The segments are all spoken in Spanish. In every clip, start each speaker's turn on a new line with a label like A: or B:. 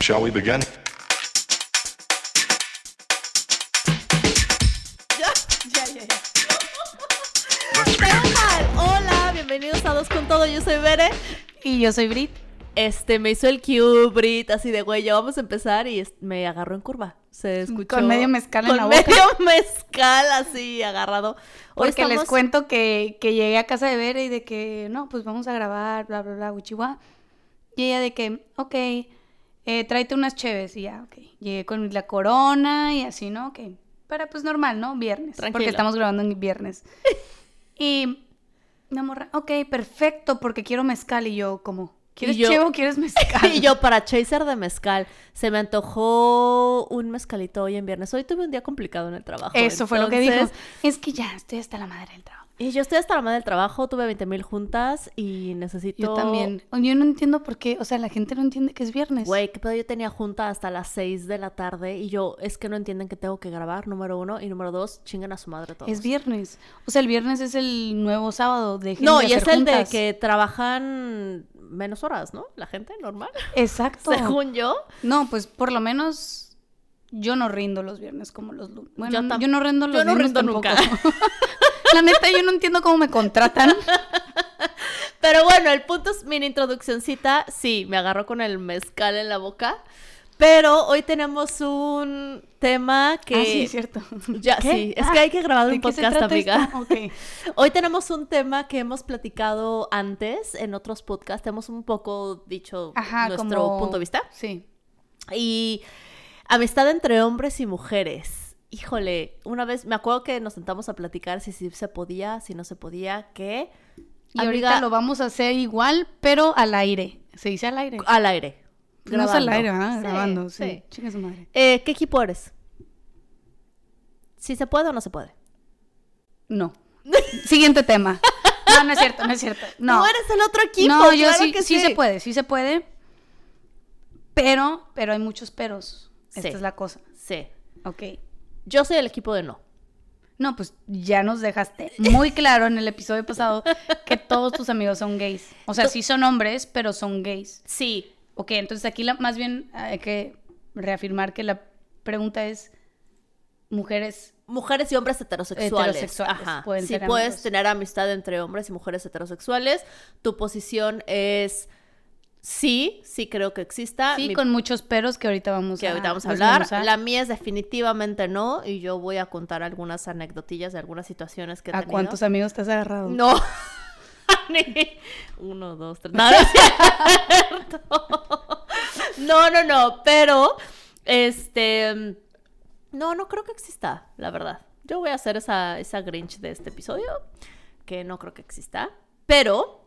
A: Shall we begin?
B: Ya, ya, ya, ya.
A: Let's
B: ¿Qué
A: begin.
B: tal? Hola, bienvenidos a Dos con Todo, yo soy Bere.
C: Y yo soy Brit.
B: Este, me hizo el cue, Brit, así de, güey, ya vamos a empezar y es- me agarró en curva. Se escuchó.
C: Con medio mezcal en
B: con
C: la boca.
B: medio mezcal así, agarrado. Hoy
C: Porque les
B: estamos-
C: cuento que, que llegué a casa de Vera y de que, no, pues vamos a grabar, bla, bla, bla, Uchiwa. Y ella de que, ok, eh, tráete unas cheves y ya, ok. Llegué con la corona y así, ¿no? Ok. Para, pues normal, ¿no? Viernes.
B: Tranquilo.
C: Porque estamos grabando en viernes. y la morra, ok, perfecto, porque quiero mezcal. Y yo, como, ¿quieres
B: yo-
C: cheve o quieres mezcal?
B: Y yo para chaser de mezcal, se me antojó un mezcalito hoy en viernes. Hoy tuve un día complicado en el trabajo.
C: Eso fue lo que dijo.
B: entonces-
C: Es que ya, estoy hasta la madre del trabajo.
B: Y yo estoy hasta la madre del trabajo, tuve 20 mil juntas y necesito...
C: Yo también. Yo no entiendo por qué. O sea, la gente no entiende que es viernes.
B: Güey, qué pedo, yo tenía junta hasta las 6 de la tarde y yo, es que no entienden que tengo que grabar, número uno, y número dos, chingan a su madre todos.
C: es viernes. O sea, el viernes es el nuevo sábado. Dejen
B: No,
C: de
B: y es
C: hacer
B: el de
C: juntas.
B: que trabajan menos horas, ¿no? La gente normal,
C: Exacto.
B: según yo.
C: No, pues por lo menos yo no rindo los viernes como los lunes. Bueno,
B: Yo
C: yo,
B: tam-
C: no rindo los
B: yo no
C: viernes
B: rindo
C: tampoco.
B: nunca.
C: la neta, yo no entiendo cómo me contratan.
B: Pero bueno, el punto es mi introduccioncita. Sí, me agarró con el mezcal en la boca. Pero hoy tenemos un tema que...
C: Ah, sí, es cierto.
B: Ya,
C: ¿Qué?
B: sí, es
C: Ah,
B: que hay que grabar
C: ¿de
B: un
C: qué se
B: podcast,
C: trata
B: amiga.
C: esto? Ok.
B: Hoy tenemos un tema que hemos platicado antes en otros podcasts. Hemos un poco dicho
C: Ajá,
B: nuestro
C: como-
B: punto de vista.
C: Sí.
B: Y amistad entre hombres y mujeres. Híjole, una vez me acuerdo que nos sentamos a platicar si, sí se podía, si no se podía, qué.
C: Y
B: Amiga,
C: ahorita lo vamos a hacer igual, pero al aire. ¿Se dice al aire?
B: al aire.
C: No es al
B: Ah, grabando.
C: aire, ¿ah?
B: Sí,
C: grabando, sí.
B: sí.
C: Chinga su madre.
B: Eh, ¿Qué equipo eres? Si se puede o no se puede.
C: No. Siguiente tema. No, no es cierto, no es cierto. No.
B: Tú eres el otro equipo.
C: no, yo
B: claro
C: sí,
B: que
C: sí se puede, sí se puede. Pero, pero hay muchos peros.
B: Sí.
C: Esta es la cosa.
B: Sí.
C: Ok.
B: Yo soy el equipo de no.
C: No, pues ya nos dejaste muy claro en el episodio pasado que todos tus amigos son gays. O sea, sí son hombres, pero son gays.
B: Sí.
C: Ok, entonces aquí la, más bien hay que reafirmar que la pregunta es, mujeres,
B: mujeres y hombres heterosexuales.
C: Heterosexuales,
B: Ajá.
C: pueden
B: si
C: ser
B: puedes
C: amigos.
B: tener amistad entre hombres y mujeres heterosexuales, tu posición es sí, sí creo que exista.
C: sí,
B: Ah, Mi-
C: con muchos peros que ahorita vamos
B: que
C: a
B: ahorita vamos a hablar.
C: desmenuzar.
B: La mía es definitivamente no y yo voy a contar algunas anecdotillas de algunas situaciones que he
C: ¿A
B: tenido.
C: cuántos amigos te has agarrado?
B: No. Ni- Uno, dos, tres. No, no es cierto. No, no, no, Pero, este. No, no creo que exista, la verdad. Yo voy a hacer esa, esa Grinch de este episodio, que no creo que exista. Pero,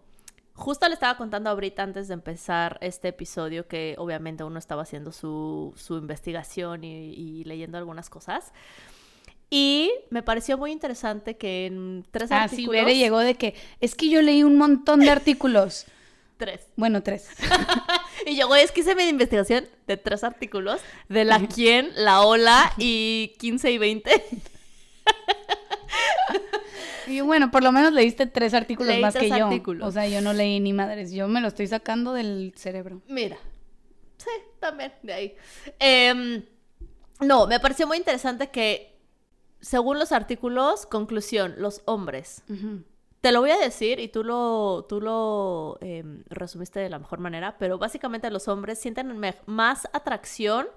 B: justo le estaba contando a Brit antes de empezar este episodio que obviamente uno estaba haciendo su, su investigación y- y leyendo algunas cosas. Y me pareció muy interesante que en tres
C: Ah, sí,
B: artículos...
C: Bere llegó de que es que yo leí un montón de artículos.
B: Tres.
C: Bueno, tres.
B: Y yo, güey, es que hice mi investigación de tres artículos de la quién, la ola y 15 y 20.
C: Y yo, bueno, por lo menos leíste tres artículos
B: Leí
C: más
B: tres
C: que yo.
B: artículos.
C: O sea, yo no leí ni madres. Yo me lo estoy sacando del cerebro.
B: Mira. Sí, también, de ahí. Em, no, me pareció muy interesante que, según los artículos, conclusión, los hombres. Te lo voy a decir y tú lo, tú lo em, resumiste de la mejor manera, pero básicamente los hombres sienten me- más atracción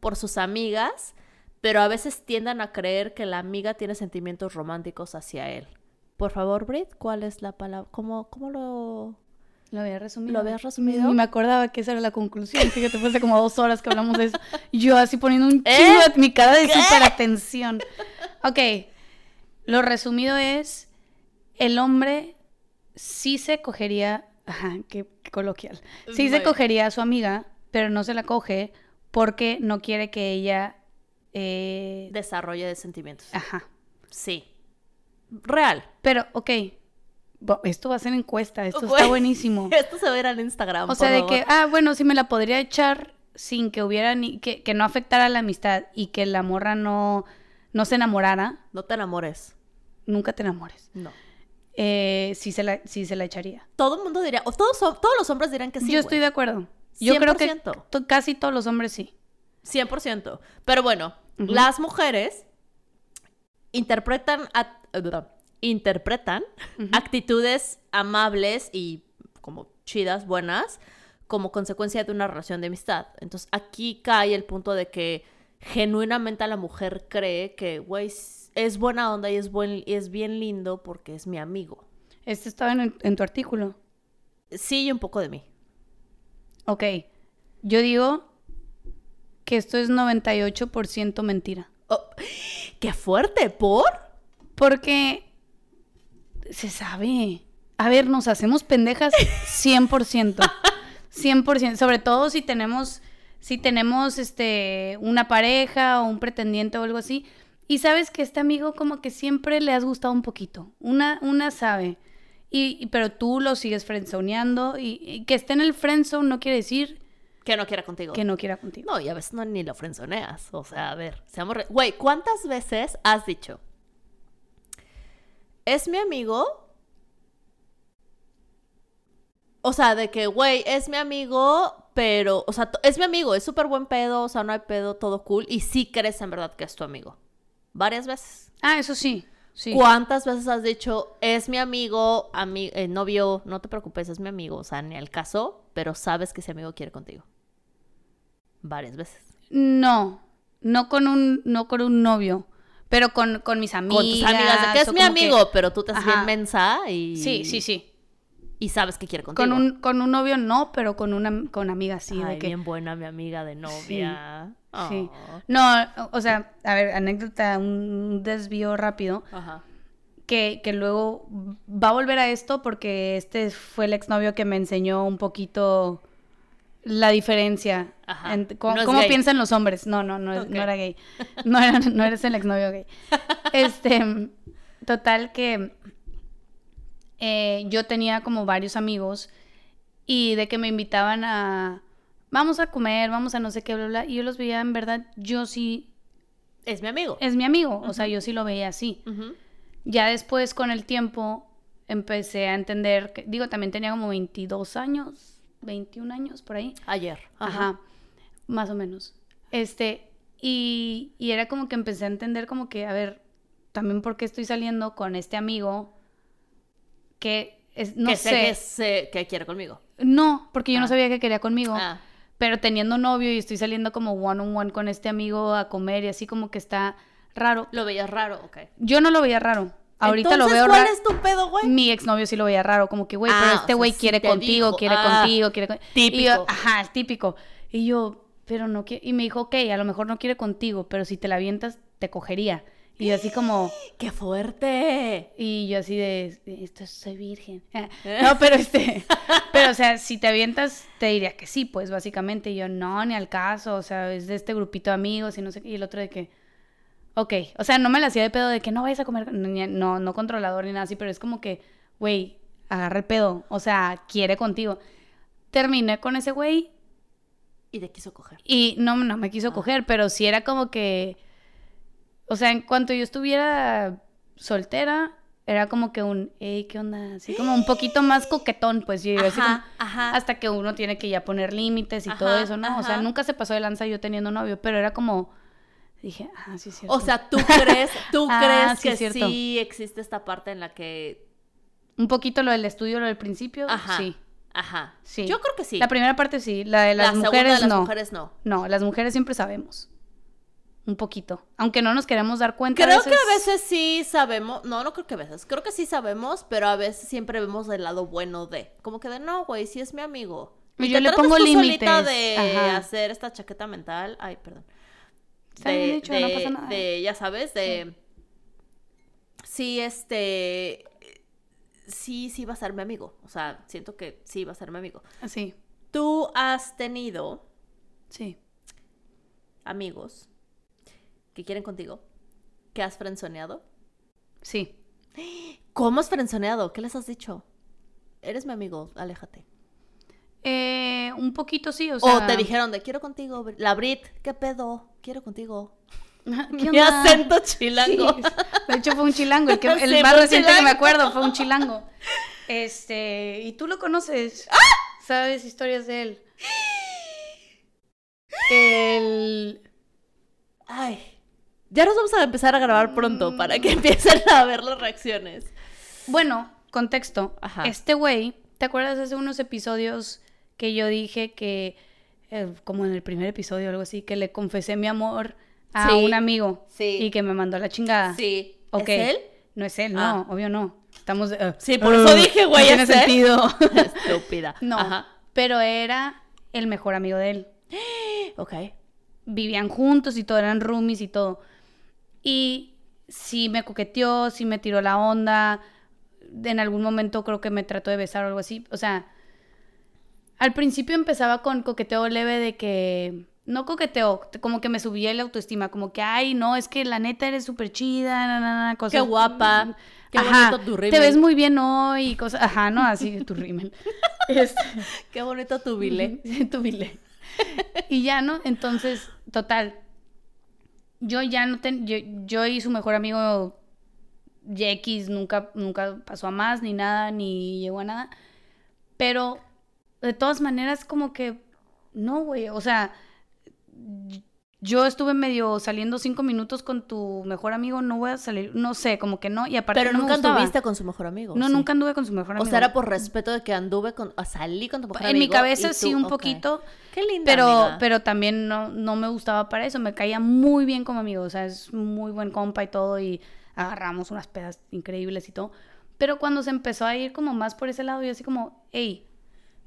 B: por sus amigas, pero a veces tienden a creer que la amiga tiene sentimientos románticos hacia él. Por favor, Brit, ¿cuál es la palabra? ¿Cómo, cómo lo...?
C: Lo había resumido.
B: ¿Lo habías resumido?
C: Y me acordaba que esa era la conclusión. Fíjate, fue hace como dos horas que hablamos de eso. Yo así poniendo un
B: ¿Eh?
C: chingo de mi cara de
B: ¿Qué?
C: súper atención. Ok. Lo resumido es: el hombre sí se cogería. Ajá, qué, qué coloquial. Sí
B: Muy-
C: se cogería a su amiga, pero no se la coge porque no quiere que ella. eh,
B: Desarrollo de sentimientos.
C: Ajá.
B: Sí. Real.
C: Pero, ok. bo- Esto va a ser encuesta. Esto
B: Güey.
C: está buenísimo.
B: Esto se va a ir al Instagram.
C: O sea,
B: por
C: de
B: favor.
C: que, ah, bueno, sí me la podría echar sin que hubiera ni, que, que no afectara la amistad y que la morra no, no se enamorara,
B: No te enamores.
C: nunca te enamores.
B: No.
C: Eh, sí, se la, sí se la echaría.
B: Todo el mundo diría, o todos, son- todos los hombres dirán que sí.
C: Yo estoy de acuerdo. Yo creo que
B: 100%.
C: to- casi todos los hombres sí.
B: 100%. Pero bueno,
C: Ujú.
B: las mujeres interpretan, a- interpretan
C: Ujú.
B: actitudes amables y como chidas, buenas, como consecuencia de una relación de amistad. Entonces aquí cae el punto de que genuinamente la mujer cree que, güey, s- es buena onda y es, buen, y es bien lindo porque es mi amigo.
C: Este estaba en, en tu artículo.
B: Sí, y un poco de mí.
C: Ok. Yo digo que esto es 98% mentira.
B: Oh, ¡Qué fuerte! ¿Por?
C: Porque se sabe. A ver, nos hacemos pendejas 100%. 100%, sobre todo si tenemos si tenemos este una pareja o un pretendiente o algo así y sabes que este amigo como que siempre le has gustado un poquito. Una una sabe. Y, y- pero tú lo sigues frenzoneando y, y que esté en el friendzone no quiere decir
B: Que no quiera contigo.
C: que no quiera contigo.
B: No, y a veces no ni lo frenzoneas. O sea, a ver, seamos... re- Güey, ¿cuántas veces has dicho? Es mi amigo. O sea, de que, güey, es mi amigo, pero... O sea, to- es mi amigo, es súper buen pedo, o sea, no hay pedo, todo cool. Y sí crees en verdad que es tu amigo. Varias veces.
C: Ah, eso sí. Sí.
B: ¿Cuántas veces has dicho, es mi amigo, ami- eh, novio, no te preocupes, es mi amigo? O sea, ni al caso, pero sabes que ese amigo quiere contigo. Varias veces.
C: No, no con un, no con un novio, pero con, con mis amigas.
B: con tus amigas de que es
C: o
B: mi
C: como
B: amigo, pero tú te haces bien
C: Ajá.
B: mensa y
C: Sí, sí, sí.
B: y sabes que quiere contigo.
C: Con un, con un novio no, pero con una con amigas sí.
B: Ay,
C: de que,
B: bien buena mi amiga de novia.
C: sí.
B: Oh.
C: No, o- o sea, a ver, anécdota, un desvío rápido,
B: Ajá.
C: que, que luego va a volver a esto porque este fue el exnovio que me enseñó un poquito la diferencia.
B: Ajá.
C: en- cómo
B: No es
C: cómo
B: gay.
C: piensan los hombres. No, no, no, es-
B: Ok.
C: no era gay. No, era, no eres el exnovio gay. Este, total que eh, yo tenía como varios amigos y de que me invitaban a, vamos a comer, vamos a no sé qué, bla, bla. Y yo los veía, en verdad, yo sí,
B: Es mi amigo.
C: es mi amigo. O sea, yo sí lo veía así.
B: Ujú.
C: Ya después, con el tiempo, empecé a entender, que, digo, también tenía como 22 años, 21 años por ahí.
B: Ayer.
C: Ajá.
B: Ajá.
C: Más o menos. Este, y, y era como que empecé a entender como que, a ver, también por qué estoy saliendo con este amigo que es, no
B: que
C: sé.
B: sé que, sé que quiere conmigo.
C: No, porque yo no
B: Ah.
C: sabía que quería conmigo.
B: Ah,
C: Pero teniendo novio y estoy saliendo como one on one con este amigo a comer y así como que está raro.
B: lo veías raro, ok.
C: Yo no lo veía raro. Ahorita lo
B: Entonces,
C: veo Mm.
B: ¿cuál
C: raro.
B: es tu pedo, güey?
C: Mi exnovio sí lo veía raro, como que, güey,
B: Ah,
C: pero
B: o
C: este
B: sea,
C: güey
B: sí
C: quiere
B: te
C: contigo,
B: dijo.
C: quiere
B: Ah,
C: contigo, quiere contigo.
B: típico.
C: Y yo, ajá, el típico. Y yo, pero no quiere. Y me dijo, ok, a lo mejor no quiere contigo, pero si te la avientas, te cogería. Y yo así como,
B: ¡Qué fuerte!
C: y yo así de, esto es- soy virgen. Ah, No, pero este, pero o sea, si te avientas, te diría que sí, pues básicamente. Y yo, no, ni al caso, o sea, es de este grupito de amigos y no sé qué. Y el otro de que, ok, o sea, no me la hacía de pedo de que no vayas a comer, con- ni- no, no controlador ni nada así, pero es como que, güey, agarra el pedo, o sea, quiere contigo. Terminé con ese güey
B: Y te quiso coger.
C: y no, no me
B: Ah.
C: quiso coger, pero sí era como que. O sea, en cuanto yo estuviera soltera, era como que un, hey, ¿qué onda? Así como un poquito más coquetón, pues yo iba así como- "Ah,
B: Ajá, ajá.
C: Hasta que uno tiene que ya poner límites y
B: Ajá,
C: todo eso, ¿no? O sea,
B: ajá.
C: nunca se pasó de lanza yo teniendo novio, pero era como. Dije, ah, sí, sí.
B: O sea, tú crees, tú
C: Ah,
B: crees
C: sí,
B: que
C: es cierto.
B: sí existe esta parte en la que
C: Un poquito lo del estudio, lo del principio,
B: Ajá.
C: sí.
B: Ajá.
C: Sí.
B: Yo creo que sí.
C: La primera parte sí, la de las
B: La segunda
C: mujeres
B: de las
C: no.
B: mujeres no.
C: No, las mujeres siempre sabemos. Un poquito. Aunque no nos queremos dar cuenta.
B: Creo que a veces sí sabemos, no, no creo que a veces, creo que sí sabemos, pero a veces siempre vemos el lado bueno de, como que de no, güey, sí es mi amigo.
C: Y
B: te
C: yo le
B: tratas
C: pongo
B: tú solita
C: límites,
B: de
C: ajá.
B: hacer esta chaqueta mental, ay, perdón.
C: Está bien dicho, no pasa nada.
B: de, ya sabes, de, sí. este, sí, sí va a ser mi amigo, o sea, siento que sí va a ser mi amigo.
C: Ah, Sí,
B: Tú has tenido
C: sí.
B: amigos que quieren contigo, que has frenzoneado.
C: Sí.
B: ¿Cómo has frenzoneado? ¿Qué les has dicho? Eres mi amigo, aléjate.
C: Eh, un poquito sí, o
B: O,
C: sea.
B: Oh, te dijeron de quiero contigo, Bri- la Brit, ¿qué pedo? Quiero contigo.
C: ¿Qué
B: Mi
C: onda?
B: acento chilango.
C: Sí. De hecho, fue un chilango. El, que- el
B: Sí,
C: más
B: fue un
C: reciente que me
B: chilango.
C: acuerdo fue un chilango.
B: ¡Ah!
C: Este. Y tú lo conoces. Sabes historias de él. el...
B: Ay. Ya nos vamos a empezar a grabar pronto para
C: Mm.
B: que empiecen a ver las reacciones.
C: Bueno, contexto.
B: Ajá.
C: Este güey, ¿te acuerdas hace unos episodios que yo dije que, eh, como en el primer episodio o algo así, que le confesé mi amor a
B: Sí.
C: un amigo
B: Sí.
C: y que me mandó a la chingada?
B: Sí.
C: Ah, Ok.
B: ¿Es él?
C: No es él,
B: Ah.
C: no, obvio no. Estamos... eh,
B: Sí, por eso
C: eh,
B: dije, güey,
C: No tiene
B: ¿es él?
C: sentido.
B: Estúpida.
C: no,
B: Ajá.
C: pero era el mejor amigo de él.
B: Ok.
C: vivían juntos y todo, eran roomies y todo. Y sí me coqueteó, sí me tiró la onda. En algún momento creo que me trató de besar o algo así. O sea, al principio empezaba con coqueteo leve de que. No coqueteo, t- como que me subía la autoestima, como que, ay, no, es que la neta eres súper chida, na, na, na, cosas. Mm,
B: Qué guapa. Qué
C: Ajá,
B: bonito tu rímel.
C: Te ves muy bien hoy y cosas. Ajá, no, así tu rímel. Este.
B: Qué bonito tu vile.
C: Ujú, tu bilé. y ya, ¿no? Entonces, total. Yo ya no ten, yo, yo y su mejor amigo X nunca, nunca pasó a más, ni nada, ni llegó a nada. Pero de todas maneras, como que no, güey. O sea, y- yo estuve medio saliendo cinco minutos con tu mejor amigo, no voy a salir, no sé, como que no. Y aparte,
B: Pero
C: no me
B: nunca
C: gustaba.
B: anduviste con su mejor amigo.
C: No,
B: ¿sí?
C: nunca anduve con su mejor
B: O
C: amigo.
B: sea, era por respeto de que anduve con. o salí con tu mejor
C: en
B: amigo.
C: mi cabeza
B: y
C: sí,
B: tú-
C: un
B: ok.
C: poquito.
B: Qué linda.
C: Pero,
B: amiga.
C: pero también no, no me gustaba para eso, me caía muy bien como amigo, o sea, es muy buen compa y todo, y agarramos unas pedas increíbles y todo. Pero cuando se empezó a ir como más por ese lado, yo así como, hey,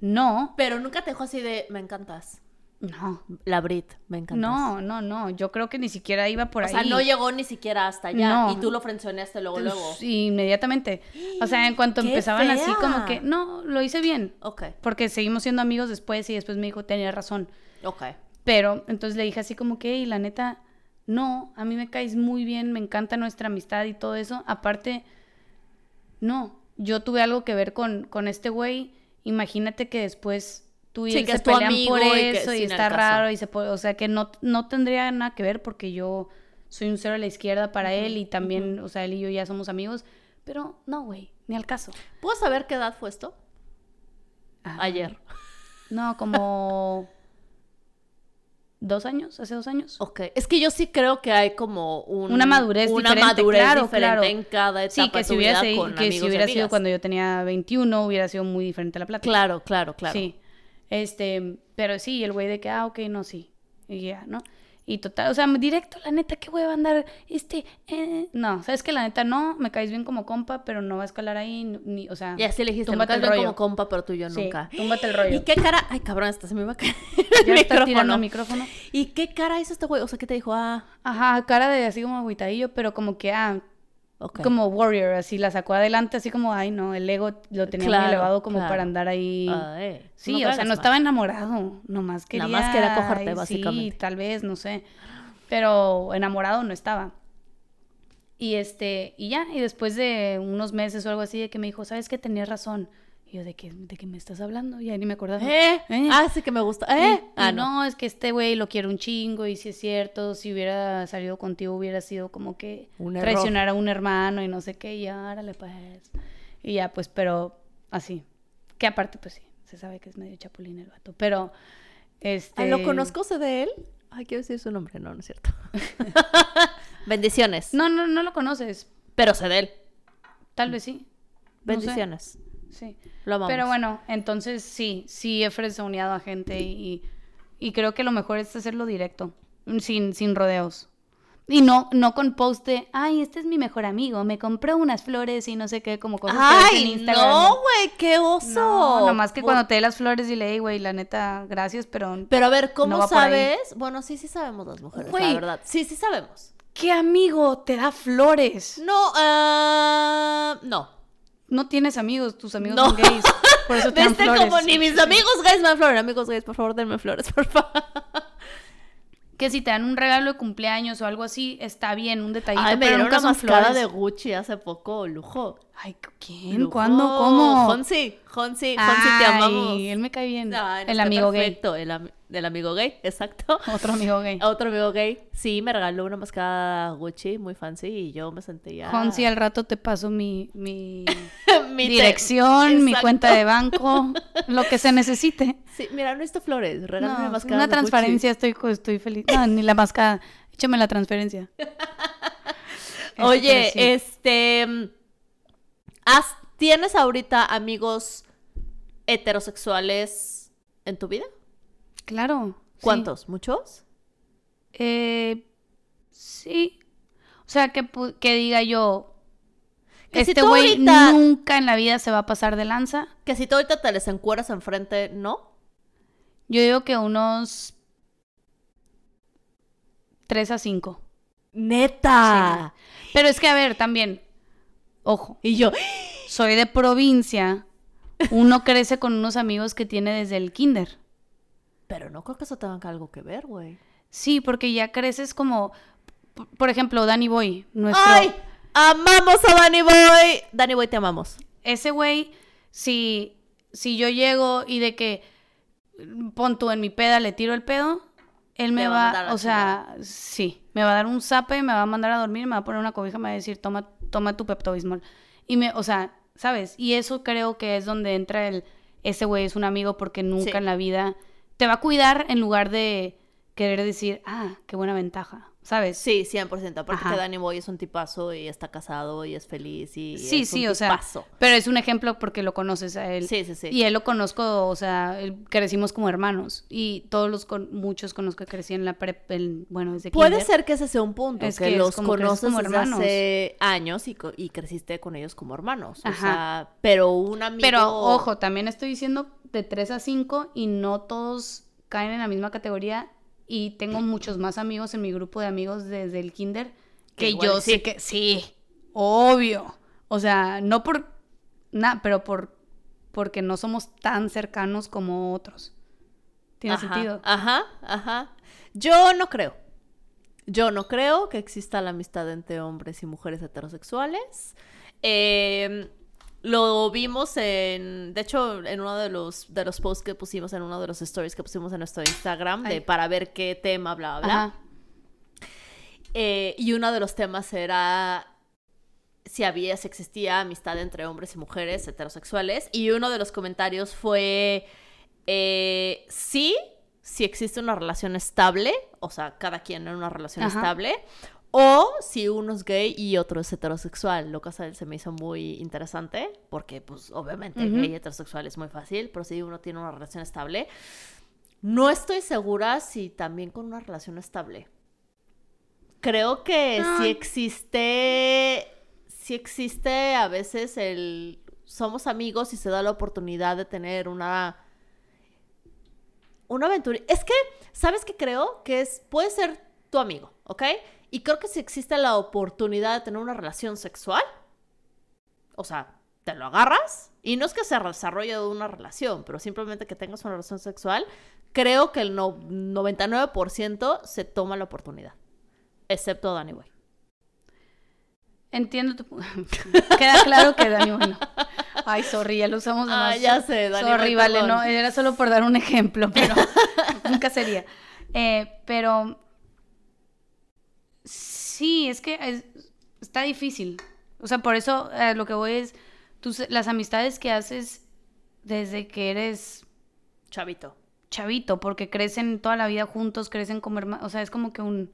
C: no,
B: Pero nunca te dejó así de. Me encantas.
C: no,
B: La Brit, me encantas.
C: no, no, no, yo creo que ni siquiera iba por
B: O
C: ahí.
B: sea, no llegó ni siquiera hasta allá.
C: No. Pues
B: Y tú lo frencionaste luego, luego.
C: Sí, Inmediatamente. O sea, en cuanto
B: ¡Qué
C: empezaban así
B: fea!
C: como que, no, lo hice bien,
B: Ok,
C: porque seguimos siendo amigos después y después me dijo, tenía razón.
B: ok.
C: Pero entonces le dije así como que, y la neta, no, a mí me caes muy bien, me encanta nuestra amistad y todo eso. Aparte, no, yo tuve algo que ver con, con este güey. Imagínate que después tú y
B: Sí,
C: él
B: que
C: se
B: es tu
C: pelean
B: amigo
C: por
B: y que
C: eso y
B: sin el
C: está
B: caso.
C: raro y se po- o sea que no, no tendría nada que ver porque yo soy un cero a la izquierda para él y también, o sea, él y yo ya somos amigos. Pero no, güey, ni al caso.
B: ¿Puedo saber qué edad fue esto?
C: Ah,
B: Ayer.
C: No, como dos años, hace dos años.
B: Ok. Es que yo sí creo que hay como un-
C: Una madurez
B: una
C: diferente,
B: madurez
C: claro,
B: diferente
C: claro.
B: en cada etapa
C: Sí, que
B: de
C: si
B: tu
C: hubiera,
B: vida
C: sido-
B: con
C: que si
B: amigos y
C: hubiera sido
B: amigas.
C: cuando yo tenía 21, hubiera sido muy diferente la plática.
B: Claro, claro, claro.
C: Sí. Este, pero sí, el güey de que, ah, ok, no, sí. Y ya, ¿no? Y total, o sea, directo, la neta, qué güey va a andar, este, eh? No, sabes que la neta, no, me caes bien como compa, pero no va a escalar ahí, ni, o sea.
B: Y así le dijiste, me
C: túmbate
B: caes
C: el
B: bien
C: rollo.
B: como compa, pero tú y yo
C: Sí,
B: nunca.
C: túmbate el rollo.
B: ¿Y qué cara? Ay, cabrón, hasta se me iba a caer
C: Ya
B: el
C: estás tirando
B: micrófono.
C: el micrófono.
B: ¿Y qué cara hizo este güey? O sea, ¿qué te dijo? Ah,
C: Ajá, cara de así como agüitadillo, pero como que, ah,
B: ok.
C: como warrior, así la sacó adelante, así como, ay, no, el ego lo tenía
B: Claro,
C: muy elevado como
B: claro.
C: para andar ahí.
B: Ay,
C: Sí,
B: no
C: o sea,
B: cagas
C: no
B: más.
C: estaba enamorado, nomás quería...
B: Nada más quería cogerte,
C: ay, Sí,
B: básicamente.
C: tal vez, no sé, pero enamorado no estaba. Y este, y ya, y después de unos meses o algo así de que me dijo, ¿sabes qué? Tenías razón. Y yo, ¿de qué, de qué me estás hablando? Ya ni me acordaba.
B: ¿Eh?
C: ¿Eh?
B: Ah, sí que me gusta.
C: Y-
B: ¿Eh?
C: y
B: Ah,
C: no.
B: no.
C: es que este güey lo quiero un chingo y si es cierto, si hubiera salido contigo hubiera sido como que
B: Un error.
C: traicionar a un hermano y no sé qué, y árale pues. Y ya pues, pero así. Que aparte pues sí, se sabe que es medio chapulín el vato, pero este
B: Ah, ¿Lo conozco sé de él? Ay, quiero decir su nombre. No, no es cierto. Bendiciones.
C: No, no no lo conoces,
B: Pero sé de él.
C: tal vez sí. No sé.
B: Bendiciones.
C: Sí.
B: Lo amamos.
C: Pero bueno, entonces sí, sí he fresoneado a gente y, y creo que lo mejor es hacerlo directo, sin, sin rodeos. Y no, no con post de, ay, este es mi mejor amigo, me compró unas flores y no sé qué, como cosas que ves en
B: Ay,
C: Instagram.
B: no, güey, qué oso.
C: No, nomás que
B: Por-
C: cuando te dé las flores dile, "Ey, güey, la neta, gracias, pero...
B: Pero a ver, ¿cómo
C: No va por ahí.
B: sabes? Bueno, sí, sí sabemos las mujeres, la
C: Güey.
B: verdad. Sí, sí sabemos.
C: ¿Qué amigo te da flores?
B: No, ah, no.
C: No tienes amigos, tus amigos
B: No.
C: son gays, por eso te dan
B: Viste
C: flores.
B: como ni mis amigos gays me dan flores. Amigos gays, por favor, denme flores, por favor.
C: Que si te dan un regalo de cumpleaños o algo así, está bien, un detallito,
B: Ay, me
C: pero
B: dieron
C: nunca
B: una
C: son
B: mascara
C: flores.
B: de Gucci hace poco, lujo.
C: Ay, ¿quién?
B: Lujo.
C: ¿Cuándo? ¿Cómo?
B: Honsi, Honsi, Honsi, te amamos.
C: Ay, él me cae bien.
B: Ay, nos
C: el
B: cae
C: amigo
B: perfecto, Oh, El ami- del amigo gay, exacto.
C: Otro amigo gay.
B: Otro amigo gay, sí, me regaló una mascada Gucci muy fancy y yo me sentía...
C: Honsi, al rato te paso mi, mi
B: Mi te-
C: dirección, mi
B: Exacto.
C: cuenta de banco, lo que se necesite.
B: Sí, mira, no necesito flores, regálame
C: No,
B: una mascada de
C: una
B: Gucci.
C: transferencia, estoy, co- estoy feliz. No, ni la mascada. Échame la transferencia. Eso,
B: Oye,
C: pero sí.
B: este... mm, ¿has- ¿Tienes ahorita amigos heterosexuales en tu vida?
C: Claro. sí.
B: ¿Cuántos? ¿Muchos?
C: Eh, sí. O sea, que, pu- que diga yo,
B: Que si
C: este
B: tú
C: güey
B: ahorita-
C: nunca en la vida se va a pasar de lanza.
B: Que si tú ahorita te les encueras enfrente, ¿no?
C: Yo digo que unos 3 a 5.
B: ¡Neta!
C: Pero es que, a ver, también, ojo,
B: Y yo...
C: soy de provincia. Uno crece con unos amigos que tiene desde el kinder.
B: Pero no creo que eso tenga algo que ver, güey.
C: Sí, porque ya creces como, p- por ejemplo, Danny Boy, nuestro...
B: ¡Ay! ¡Amamos a Danny Boy! Danny Boy, te amamos.
C: Ese güey, si, si yo llego y de que pon tú en mi peda, le tiro el pedo, él me
B: Te va a
C: va,
B: mandar a la
C: o sea, sí, me va a dar un zape, me va a mandar a dormir, me va a poner una cobija, me va a decir, toma, toma tu peptobismol. Y me, o sea, ¿sabes? Y eso creo que es donde entra el, ese güey es un amigo porque nunca
B: Sí.
C: en la vida te va a cuidar en lugar de querer decir, ah, qué buena ventaja, ¿sabes?
B: Sí, 100%. Aparte
C: Ajá.
B: que Danny Boy es un tipazo y está casado y es feliz y
C: Sí,
B: es
C: sí,
B: un
C: o sea,
B: tipazo.
C: pero es un ejemplo porque lo conoces a él.
B: Sí, sí, sí.
C: Y él lo conozco, o sea, él- crecimos como hermanos y todos los con, muchos con los que crecí en la prep, en- bueno, desde
B: Puede
C: kinder.
B: ser que ese sea un punto,
C: Es
B: que,
C: que es
B: los
C: como creces
B: conoces
C: como
B: desde
C: hermanos.
B: hace años y, co- y creciste con ellos como hermanos. O
C: Ajá.
B: sea, pero un amigo...
C: Pero ojo, también estoy diciendo de 3 a 5 y no todos caen en la misma categoría y tengo muchos más amigos en mi grupo de amigos desde el kinder
B: Que
C: que
B: igual
C: yo
B: sí.
C: sé que sí, obvio. O sea, no por nada, pero por porque no somos tan cercanos como otros. Tiene
B: Ajá, Ah,
C: sentido.
B: Ajá, ajá. Yo no creo. Yo no creo que exista la amistad entre hombres y mujeres heterosexuales. Eh, lo vimos en, de hecho, en uno de los, de los posts que pusimos, en uno de los stories que pusimos en nuestro Instagram, de
C: Ay.
B: para ver qué tema, bla, bla, bla.
C: Ajá.
B: Eh, y uno de los temas era si había, si existía amistad entre hombres y mujeres heterosexuales. Y uno de los comentarios fue, eh, sí, si existe una relación estable, o sea, cada quien en una relación
C: Ajá.
B: estable, o si uno es gay y otro es heterosexual. Lo que se se me hizo muy interesante, porque pues obviamente
C: Ujú.
B: gay y heterosexual es muy fácil, pero si uno tiene una relación estable, no estoy segura si también con una relación estable. Creo que
C: No.
B: sí existe, sí existe a veces el somos amigos y se da la oportunidad de tener una una aventura. Es que, ¿sabes qué creo? Que es puede ser tu amigo, ¿ok? Y creo que si existe la oportunidad de tener una relación sexual, o sea, te lo agarras y no es que se desarrolle una relación, pero simplemente que tengas una relación sexual, creo que el no- 99% se toma la oportunidad, excepto Danny Boy.
C: Entiendo tu pu- Queda claro que Dani bueno. Ay, sorry, ya lo usamos de
B: Ah,
C: más.
B: ya sé, Dani,
C: Sorry,
B: güey,
C: vale,
B: perdón.
C: no, era solo por dar un ejemplo, pero nunca sería. Eh, pero sí, es que es- está difícil. O sea, por eso eh, lo que voy es tus, las amistades que haces desde que eres
B: Chavito.
C: chavito, porque crecen toda la vida juntos, crecen como hermanos. O sea, es como que un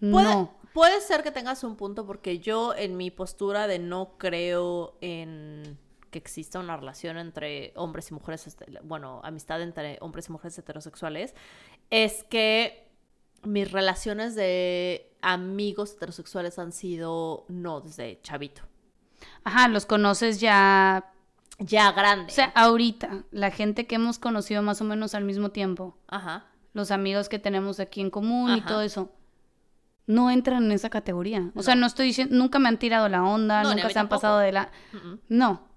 B: Puede,
C: no.
B: puede ser que tengas un punto porque yo en mi postura de no creo en que exista una relación entre hombres y mujeres, este, bueno, amistad entre hombres y mujeres heterosexuales, es que mis relaciones de amigos heterosexuales han sido no desde chavito,
C: Ajá, los conoces ya
B: ya grande.
C: O sea, ahorita, la gente que hemos conocido más o menos al mismo tiempo,
B: Ajá.
C: los amigos que tenemos aquí en común y
B: Ajá.
C: todo eso, no entran en esa categoría. O sea,
B: No.
C: no estoy diciendo, nunca me han tirado la onda,
B: No, ni a
C: nunca
B: mí
C: se han
B: tampoco.
C: pasado de la...
B: Mm-mm.
C: No,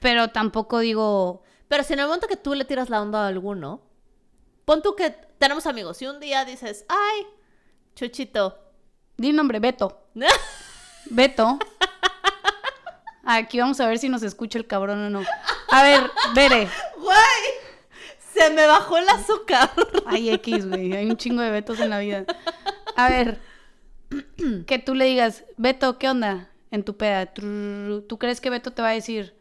C: pero tampoco digo...
B: Pero si en el momento que tú le tiras la onda a alguno, pon tú que tenemos amigos y un día dices, ay, chuchito,
C: Di nombre, Beto. Beto. Aquí vamos a ver si nos escucha el cabrón o no. A ver, Bere,
B: Güey, sí Se me bajó el azúcar.
C: Ay, X, güey. Hay un chingo de Betos en la vida. A ver, que tú le digas, Beto, ¿qué onda? En tu peda. Trrr, ¿Tú crees que Beto te va a decir,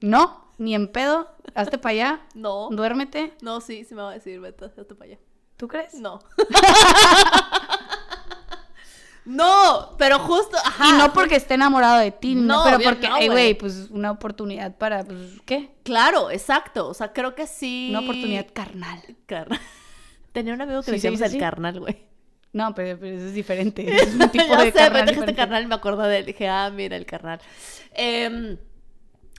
C: no, ni en pedo, hazte para allá,
B: No.
C: duérmete?
B: No, sí, sí me va a decir, vete, hazte para allá.
C: ¿Tú crees?
B: No. no, pero justo, ajá.
C: Y no porque esté enamorado de ti, no,
B: No,
C: pero
B: obvio
C: porque,
B: no, güey.
C: "Ey, güey, pues una oportunidad para, pues, ¿qué?
B: Claro, exacto. O sea, creo que sí.
C: Una oportunidad carnal.
B: Carnal. Tenía un amigo que
C: Sí,
B: le
C: se
B: decíamos
C: dice
B: el
C: así.
B: carnal, güey.
C: No, pero, pero eso es diferente. Es un tipo
B: ya
C: de
B: sé,
C: carnal.
B: me dejaste
C: diferente.
B: carnal y me acordé de él. Dije, ah, mira, el carnal. Em,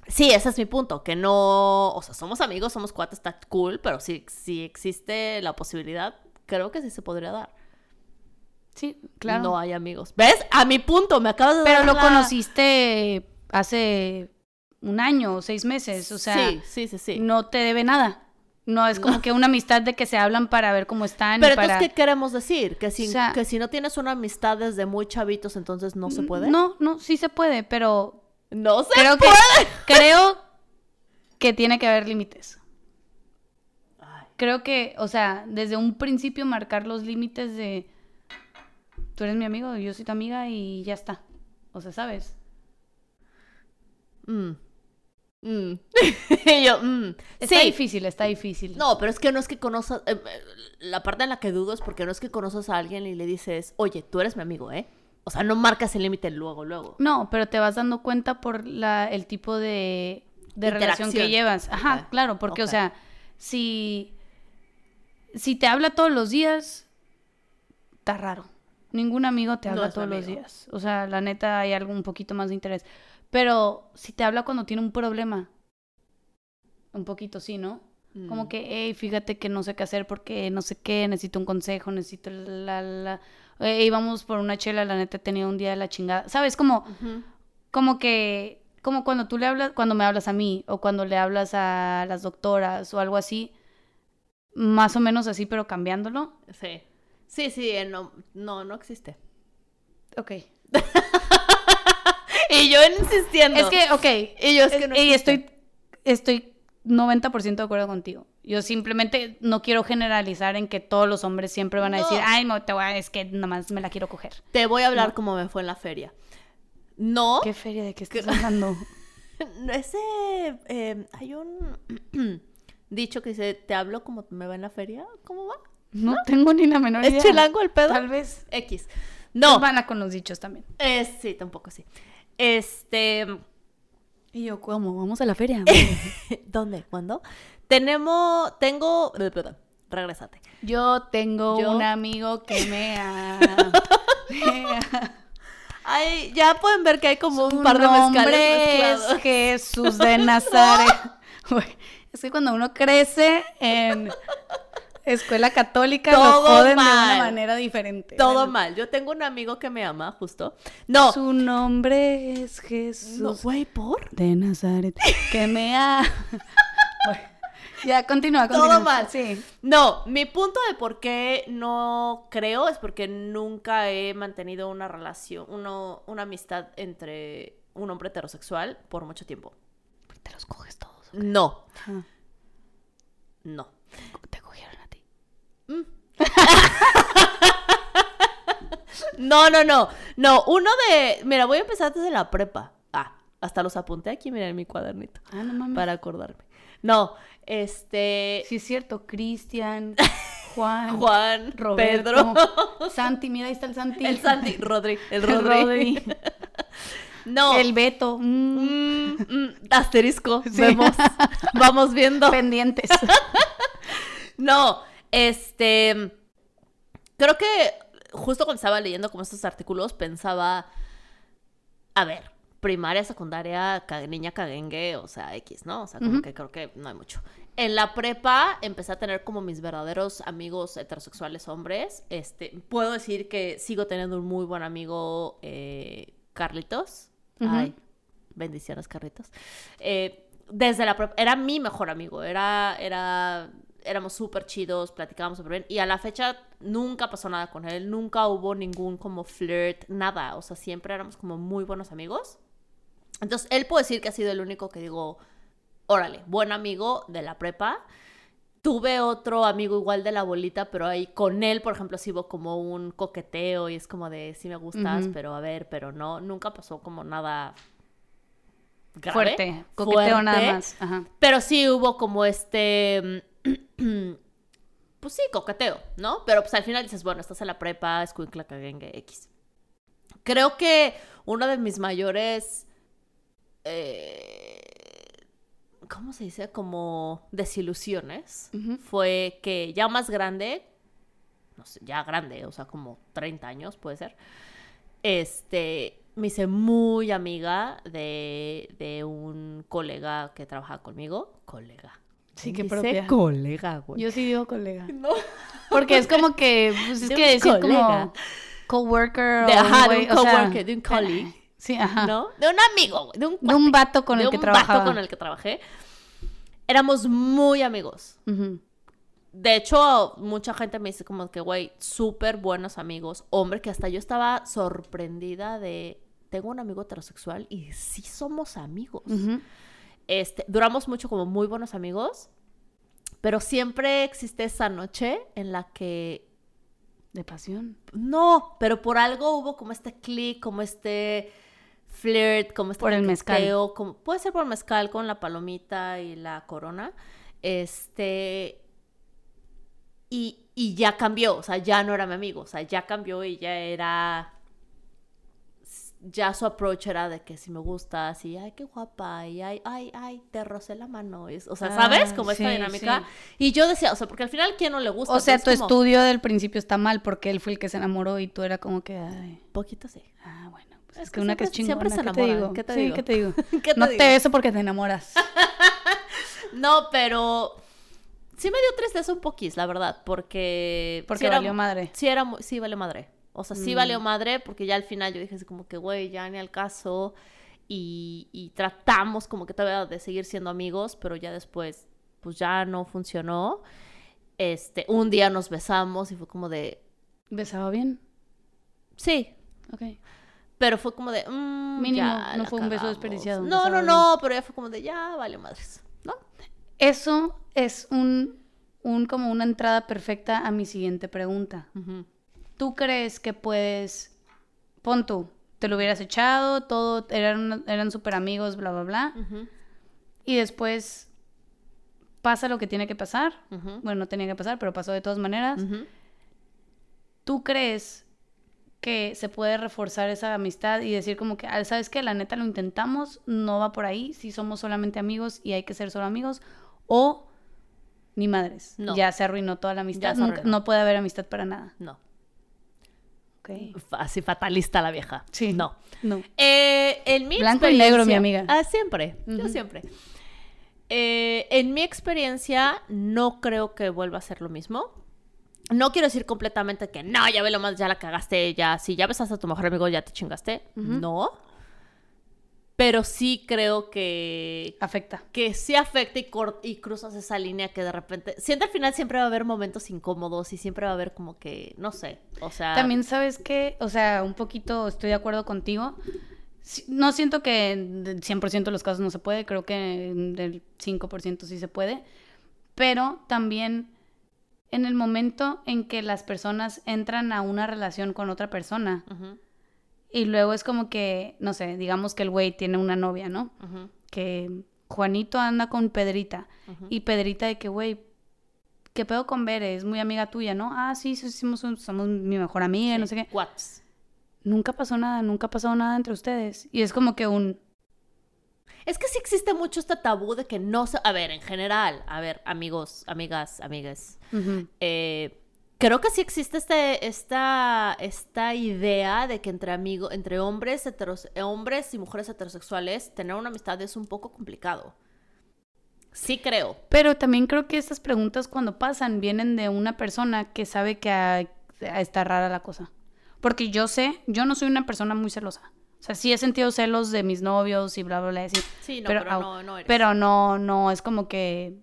B: sí, ese es mi punto, que no, o sea, somos amigos, somos cuates, está cool, pero si, si existe la posibilidad, creo que sí se podría dar.
C: Sí, claro.
B: No hay amigos. ¿Ves? A mi punto, me acabas de
C: pero
B: dar
C: lo
B: la-
C: conociste hace un año o seis meses. O sea,
B: sí, sí, sí, sí.
C: no te debe nada. No es como que una amistad de que se hablan para ver cómo están. y
B: Pero
C: para...
B: entonces, ¿qué queremos decir? Que si,
C: O sea-
B: que si no tienes una amistad desde muy chavitos, entonces no se puede.
C: No, no, sí se puede, pero
B: no se
C: creo
B: puede.
C: que creo que tiene que haber límites.
B: Ay.
C: Creo que, o sea, desde un principio marcar los límites de tú eres mi amigo, yo soy tu amiga y ya está. O sea, ¿sabes?
B: Mm. Mm. Y yo, mm.
C: Está
B: sí.
C: difícil, está difícil.
B: No, pero es que no es que conozcas. eh, eh, la parte en la que dudo es porque no es que conoces a alguien y le dices, oye, tú eres mi amigo, ¿eh? O sea, no marcas el límite luego, luego.
C: No, pero te vas dando cuenta por la, el tipo de, de relación que
B: Interacción.
C: llevas. Ajá,
B: Ok,
C: claro, porque, o
B: ok.
C: sea, si, si te habla todos los días, está raro. Ningún amigo te
B: No
C: habla
B: es mi
C: todos los
B: amigo.
C: días. O sea, la neta hay algo un poquito más de interés. Pero si te habla cuando tiene un problema, un poquito sí, ¿no? Como
B: Mm.
C: que, hey, fíjate que no sé qué hacer porque no sé qué, necesito un consejo, necesito la, la, la. Ey, vamos por una chela, la neta he tenido un día de la chingada. ¿Sabes? Como,
B: Ujú.
C: como que, como cuando tú le hablas, cuando me hablas a mí o cuando le hablas a las doctoras o algo así, más o menos así, pero cambiándolo.
B: Sí. Sí, sí, eh, no, no, no existe.
C: Ok.
B: Y yo insistiendo.
C: Es que, ok,
B: Y yo es que no
C: y
B: existe.
C: estoy, estoy 90% de acuerdo contigo. Yo simplemente no quiero generalizar en que todos los hombres siempre van a decir,
B: No.
C: ay, no, te voy a- es que nomás me la quiero coger.
B: Te voy a hablar como me fue en la feria. No.
C: ¿Qué feria de qué
B: ¿Qué?
C: estás hablando?
B: Ese. eh, hay un dicho que dice: Te hablo como me va en la feria. ¿Cómo va?
C: No tengo ni la menor idea.
B: ¿Es chilango el pedo?
C: Tal vez.
B: X. No.
C: Van a con los dichos también.
B: eh, sí, tampoco sí. Este.
C: Y yo, ¿cómo? Vamos a la feria.
B: ¿Dónde? ¿Cuándo? Tenemos. Tengo. eh, Perdón, regrésate.
C: yo tengo
B: Yo-
C: un amigo que me ha...
B: Ay, ya pueden ver que hay como
C: Su
B: un par de
C: nombre
B: mezcales
C: es
B: mezclados.
C: Jesús de Nazaret. Güey, es que cuando uno crece en escuela católica lo
B: Todo
C: joden de
B: mal.
C: una manera diferente.
B: Todo
C: Bueno,
B: mal. Yo tengo un amigo que me ama, justo. No.
C: Su nombre es
B: No,
C: Jesús
B: güey, ¿por?
C: de Nazaret. Que me ha... Güey, ya, continúa,
B: Todo
C: continúa.
B: mal.
C: Sí.
B: No, mi punto de por qué no creo es porque nunca he mantenido una relación, uno, una amistad entre un hombre heterosexual por mucho tiempo.
C: Te los coges todos.
B: No,
C: Ajá.
B: no.
C: Te cogieron a ti.
B: No, no, no. No, uno de. Mira, voy a empezar desde la prepa. Ah, hasta los apunté aquí, mira, en mi cuadernito.
C: Ah, no mames.
B: Para acordarme. No, este.
C: Sí es cierto, Cristian, Juan,
B: Juan,
C: Roberto,
B: Pedro.
C: Santi, mira, ahí está el Santi.
B: El Santi, Rodri. El
C: El
B: Rodri.
C: Rodri.
B: No.
C: El Beto. mm,
B: Mm, mm, asterisco.
C: Sí.
B: Vemos. Vamos viendo.
C: Pendientes.
B: No, este. Creo que justo cuando estaba leyendo como estos artículos, pensaba. A ver, primaria, secundaria, ca- niña caguengue, o sea, X, ¿no? O sea, como
C: Ujú.
B: que creo que no hay mucho. En la prepa empecé a tener como mis verdaderos amigos heterosexuales hombres. Este, puedo decir que sigo teniendo un muy buen amigo, eh, Carlitos.
C: Ujú.
B: Ay, bendiciones, Carlitos. Eh, desde la prepa, era mi mejor amigo, era, era, éramos súper chidos, platicábamos súper bien, y a la fecha nunca pasó nada con él, nunca hubo ningún como flirt, nada, o sea, siempre éramos como muy buenos amigos. Entonces, él puede decir que ha sido el único que digo, órale, buen amigo de la prepa, Tuve otro amigo igual de la bolita, pero ahí con él, por ejemplo, sí hubo como un coqueteo y es como de sí me gustas,
C: Ujú.
B: pero a ver, pero no, nunca pasó como nada grave,
C: Fuerte, coqueteo nada
B: fuerte,
C: más. Ajá.
B: Pero sí hubo como este pues sí, coqueteo, ¿no? Pero pues al final dices, bueno, estás en la prepa, escuincla, caguengue, X. Creo que uno de mis mayores eh, ¿cómo se dice? Como desilusiones
C: Ujú.
B: fue que ya más grande, no sé, ya grande, o sea, como 30 años puede ser, este, me hice muy amiga de, de un colega que trabajaba conmigo, colega.
C: Sí,
B: Me
C: qué
B: dice
C: propia.
B: colega, güey.
C: Yo sí digo colega.
B: No.
C: Porque es como que, pues es
B: De
C: que
B: un
C: decir
B: colega.
C: como coworker
B: De-
C: o
B: ajá, de
C: güey,
B: un
C: o sea,
B: coworker, de un colleague.
C: Sí, ajá.
B: ¿No? De un amigo, güey, de un,
C: Ah. De un vato con
B: de
C: el que
B: un
C: trabajaba.
B: vato con el que trabajé. Éramos muy amigos.
C: Ujú.
B: De hecho, mucha gente me dice como que, güey, súper buenos amigos. Hombre, que hasta yo estaba sorprendida de, tengo un amigo heterosexual y sí somos amigos.
C: Ujú.
B: Este, duramos mucho como muy buenos amigos, pero siempre existe esa noche en la que,
C: De pasión.
B: no, pero por algo hubo como este click, como este flirt, como este
C: Por el mezcal.
B: coqueteo, como, puede ser por mezcal con la palomita y la corona. Este, y, y ya cambió, o sea, ya no era mi amigo, o sea, ya cambió y ya era, ya su approach era de que si me gustas y ay, qué guapa, y ay, ay, ay, te rocé la mano, y es- o sea,
C: Ah,
B: ¿sabes? Como esta
C: sí,
B: dinámica. Y yo decía, o sea, porque al final, ¿quién no le gusta?
C: O sea, tu
B: Entonces, pues, como,
C: estudio del principio está mal porque él fue el que se enamoró y tú era como que, ay,
B: Poquito sí.
C: ah, bueno. pues
B: Es
C: es,
B: que
C: que una que es chingona,
B: siempre- siempre se
C: ¿qué te
B: enamoran,
C: digo?
B: ¿qué te
C: sí,
B: digo?
C: ¿qué te digo?
B: ¿Qué te
C: no
B: digo?
C: te beso porque te enamoras.
B: No, pero sí me dio tristeza un poquis, la verdad, porque...
C: Porque
B: sí era-
C: valió madre.
B: Sí, era, mu- sí valió madre. O sea, sí
C: Mm.
B: valió madre porque ya al final yo dije así como que, güey, ya ni al caso. Y, y tratamos como que todavía de seguir siendo amigos, pero ya después, pues ya no funcionó. Este, un día nos besamos y fue como de,
C: ¿Besaba bien?
B: sí,
C: Ok.
B: pero fue como de, mm,
C: Mínimo,
B: ya
C: no
B: la
C: fue un beso
B: cagamos.
C: desperdiciado, un
B: No,
C: besado
B: no, no, pero ya fue como de, ya valió madres, ¿no?
C: Eso es un, un como una entrada perfecta a mi siguiente pregunta.
B: Ujú.
C: ¿Tú crees que puedes, pon tú, te lo hubieras echado, todo, eran, eran súper amigos, bla, bla, bla,
B: Ujú,
C: y después pasa lo que tiene que pasar?
B: ujú,
C: Bueno, no tenía que pasar, pero pasó de todas maneras.
B: ujú.
C: ¿Tú crees que se puede reforzar esa amistad y decir como que, "Ah, sabes que la neta lo intentamos, no va por ahí, si somos solamente amigos y hay que ser solo amigos? O ni madres,
B: No.
C: ya se arruinó toda la amistad,
B: se
C: nunca-
B: arruinó.
C: no puede haber amistad para nada.
B: No.
C: Ok.
B: Así fatalista la vieja.
C: Sí.
B: No.
C: No.
B: Eh, en mi
C: Blanco y negro, mi
B: experiencia-
C: amiga.
B: Ah, siempre. Yo
C: Ujú.
B: siempre. Eh, en mi experiencia, no creo que vuelva a ser lo mismo. No quiero decir completamente que no, ya ve lo más, ya la cagaste, ya, si ya besaste a tu mejor amigo, ya te chingaste.
C: Ujú.
B: No. Pero sí creo que,
C: Afecta.
B: que sí afecta y, cor- y cruzas esa línea que de repente. Siento al final siempre va a haber momentos incómodos y siempre va a haber como que, no sé. O sea.
C: También sabes que, o sea, un poquito estoy de acuerdo contigo. Si- No siento que en 100% de los casos no se puede, creo que en el 5% sí se puede, pero también en el momento en que las personas entran a una relación con otra persona
B: Ujú,
C: y luego es como que, no sé, digamos que el güey tiene una novia, ¿no?
B: ujú.
C: que Juanito anda con Pedrita y Pedrita de que, güey, ¿qué pedo con Bere? Es muy amiga tuya, ¿no? Ah, sí, sí, somos, un- somos mi mejor amiga y no sé qué.
B: Whats.
C: Nunca pasó nada, nunca ha pasado nada entre ustedes. Y es como que un...
B: Es que sí existe mucho este tabú de que no se... A ver, en general, a ver, amigos, amigas, amigas.
C: ujú,
B: eh, creo que sí existe este, esta, esta idea de que entre amigos, entre hombres, heteros- hombres y mujeres heterosexuales, tener una amistad es un poco complicado. Sí creo.
C: Pero también creo que estas preguntas cuando pasan vienen de una persona que sabe que ah, está rara la cosa. Porque yo sé, yo no soy una persona muy celosa. O sea, sí he sentido celos de mis novios y bla, bla, bla. y así.
B: Sí, no,
C: Pero,
B: pero,
C: au,
B: no, no eres.
C: Pero no, no, es como que...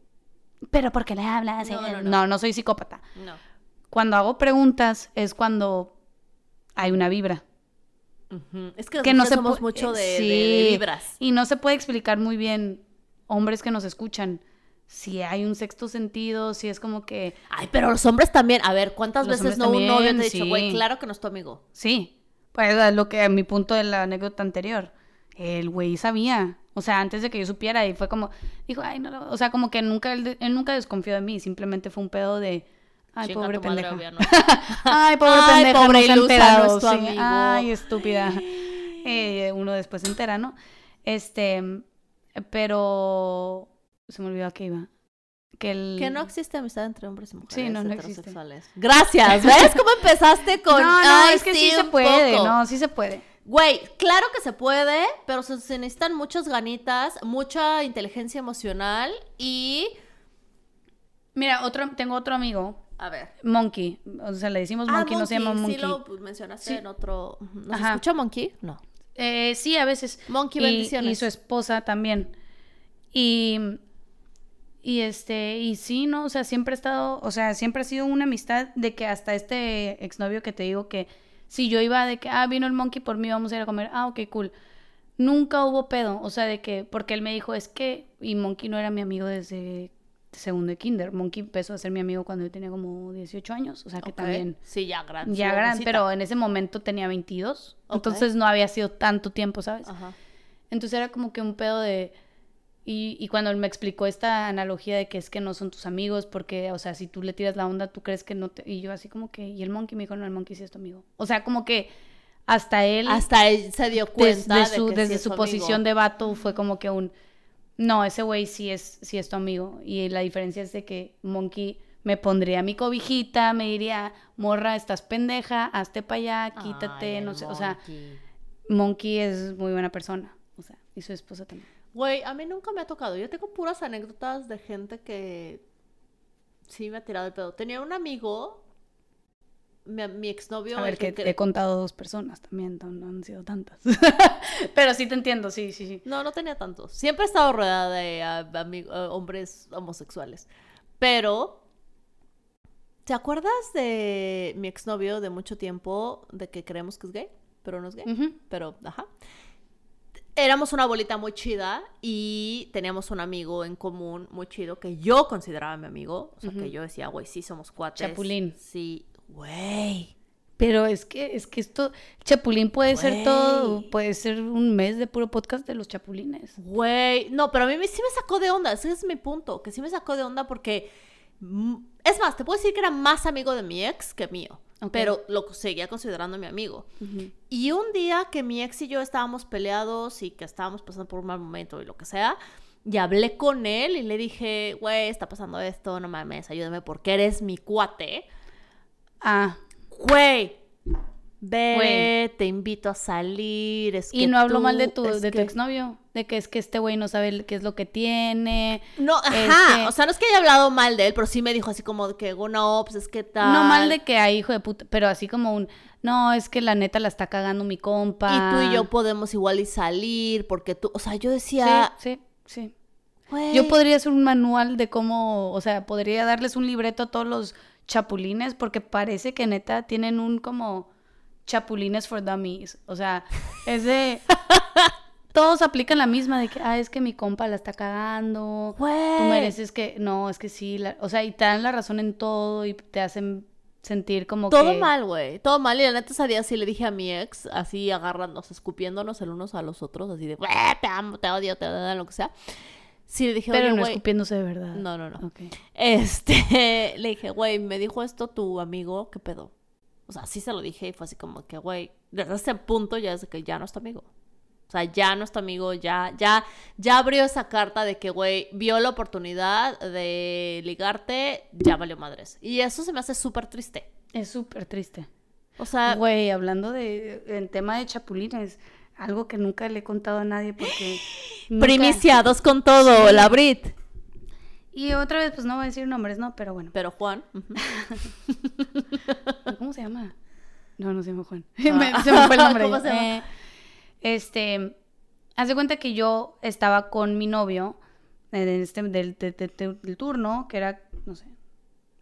C: Pero porque le hablas.
B: No,
C: Eh,
B: no, no.
C: no, no soy psicópata.
B: No.
C: cuando hago preguntas es cuando hay una vibra.
B: Ujú. Es que, las
C: Que no
B: mujeres
C: se
B: somos
C: pu-
B: mucho de, de-
C: Sí.
B: de vibras.
C: Y no se puede explicar muy bien hombres que nos escuchan si hay un sexto sentido, si es como que
B: Ay, pero los hombres también. A ver, ¿cuántas
C: Los
B: veces
C: hombres
B: no un novio te ha
C: también,
B: dicho, güey,
C: sí.
B: claro que no es tu amigo?
C: Sí, pues es lo que mi punto de la anécdota anterior. El güey sabía, o sea, antes de que yo supiera y fue como, dijo, ay, no, lo-". o sea, como que nunca, él, él nunca desconfió de mí, simplemente fue un pedo de, ay,
B: Chinga
C: pobre
B: tu madre,
C: pendeja.
B: obvia, no.
C: ay, pobre
B: Ay,
C: pendeja,
B: pobre
C: no se ha
B: ilusa,
C: enterado,
B: no es tu
C: sí.
B: amigo.
C: Ay, estúpida. Eh, uno después se entera, ¿no? Este, pero se me olvidó a qué iba. Que el...
B: Que no existe amistad entre hombres y mujeres
C: Sí, no, no existe.
B: heterosexuales. Gracias. ¿Ves cómo empezaste con
C: No, no,
B: "Ay,
C: es que sí, se
B: un
C: puede,
B: poco"?
C: no, sí se puede.
B: Güey, claro que se puede, pero se, se necesitan muchas ganitas, mucha inteligencia emocional y.
C: Mira, otro, tengo otro amigo
B: A ver.
C: Monkey, o sea, le decimos
B: Ah,
C: monkey, no se llama monkey.
B: Sí, lo pues, mencionaste
C: Sí.
B: en otro. ¿Nos
C: Ajá.
B: escucha Monkey? No.
C: Eh, sí, a veces.
B: Monkey,
C: Y-
B: bendiciones.
C: Y su esposa también. Y, y este, y sí, ¿no? O sea, siempre ha estado, o sea, siempre ha sido una amistad de que hasta este exnovio que te digo que si yo iba de que, ah, vino el monkey por mí, vamos a ir a comer, ah, ok, cool. Nunca hubo pedo, o sea, de que, porque él me dijo, es que, y monkey no era mi amigo desde segundo de kinder, monkey empezó a ser mi amigo cuando yo tenía como 18 años, o sea, Ah, que
B: Ok.
C: también...
B: Sí, ya grande.
C: Ya
B: sí,
C: gran,
B: grandecita.
C: pero en ese momento tenía 22.
B: Ok. Ah.
C: Entonces no había sido tanto tiempo, ¿sabes?
B: Ajá.
C: Entonces era como que un pedo de... Y, y cuando él me explicó esta analogía de que es que no son tus amigos, porque, o sea, si tú le tiras la onda, tú crees que no te... Y yo así como que... Y el monkey me dijo, no, el monkey sí es tu amigo. O sea, como que hasta él...
B: Hasta él se dio
C: des-
B: cuenta.
C: pues, de
B: de
C: su-
B: que sí
C: desde
B: es
C: su
B: amigo.
C: posición de vato fue como que un... No, ese güey sí es, sí es tu amigo. Y la diferencia es de que Monkey me pondría mi cobijita, me diría, morra, estás pendeja, hazte para allá,
B: Ay,
C: quítate,
B: el
C: no sé. O sea,
B: Monkey.
C: Monkey es muy buena persona. O sea, y su esposa también.
B: Güey, a mí nunca me ha tocado. Yo tengo puras anécdotas de gente que sí me ha tirado el pedo. Tenía un amigo, mi, mi exnovio,
C: A
B: el
C: ver,
B: que
C: que
B: cre-
C: he contado dos personas también, no, no han sido tantas. Pero sí te entiendo, sí, sí, sí.
B: No, no tenía tantos. Siempre he estado rodeada de ah, ami- ah, hombres homosexuales. Pero, ¿te acuerdas de mi exnovio de mucho tiempo de que creemos que es gay, pero no es gay?
C: Ujú.
B: Pero, ajá. Éramos una bolita muy chida y teníamos un amigo en común muy chido que yo consideraba mi amigo. O sea, que
C: Ujú.
B: yo decía, güey, sí somos cuates.
C: Chapulín.
B: Sí, güey.
C: Pero es que, es que esto, Chapulín puede ser todo,
B: Güey.
C: puede ser un mes de puro podcast de los chapulines.
B: Güey, no, pero a mí me- sí me sacó de onda, ese es mi punto, que sí me sacó de onda porque, mm, es más, te puedo decir que era más amigo de mi ex que mío,
C: Ok.
B: pero lo seguía considerando mi amigo.
C: Ujú.
B: Y un día que mi ex y yo estábamos peleados y que estábamos pasando por un mal momento y lo que sea, y hablé con él y le dije, güey, está pasando esto, no mames, ayúdame porque eres mi cuate.
C: Ah,
B: Güey. Ve, te invito a salir. es
C: y
B: que
C: no hablo
B: tú-
C: mal de tu,
B: es
C: de tu
B: que-
C: exnovio, de que es que este güey no sabe el- qué es lo que tiene.
B: No, ajá.
C: Este-
B: O sea, no es que haya hablado mal de él, pero sí me dijo así como de que, "Oh, no, pues es que tal.
C: No mal de que hay hijo de puta, pero así como un, no, es que la neta la está cagando mi compa.
B: Y tú y yo podemos igual y salir, porque tú. O sea, yo decía.
C: Sí, sí, sí.
B: "Güey".
C: Yo podría hacer un manual de cómo, o sea, podría darles un libreto a todos los chapulines, porque parece que neta tienen un como chapulines for dummies. O sea, es de... Todos aplican la misma de que, ah, es que mi compa la está cagando.
B: Güey.
C: Tú mereces que. No, es que sí. la- o sea, y te dan la razón en todo y te hacen sentir como
B: Todo
C: que.
B: mal, güey. Todo mal. Y la neta, ese día sí le dije a mi ex, así agarrándonos, escupiéndonos el unos a los otros, así de, "Güey, te amo, te odio, te lo que sea. Sí le dije,
C: Pero
B: "Oye,
C: no
B: güey".
C: escupiéndose de verdad.
B: No, no, no.
C: Ok.
B: Este, le dije, güey, me dijo esto tu amigo, ¿qué pedo? O sea, sí se lo dije y fue así como que, güey, desde ese punto ya es de que ya no es tu amigo. O sea, ya no es tu amigo, ya, ya, ya abrió esa carta de que, güey, vio la oportunidad de ligarte, ya valió madres. Y eso se me hace súper triste.
C: Es súper triste.
B: O sea,
C: Güey, hablando de. En tema de chapulines, algo que nunca le he contado a nadie porque. nunca-
B: primiciados con todo, la Brit.
C: Y otra vez, pues no voy a decir nombres, no, pero bueno.
B: Pero Juan, ujú.
C: ¿Cómo se llama? No, no se llama Juan.
B: Ah.
C: Me- se me fue el nombre.
B: ¿Cómo se llama?
C: Eh, este, haz de cuenta que yo estaba con mi novio en este, del, de- de- de- del turno, que era, no sé,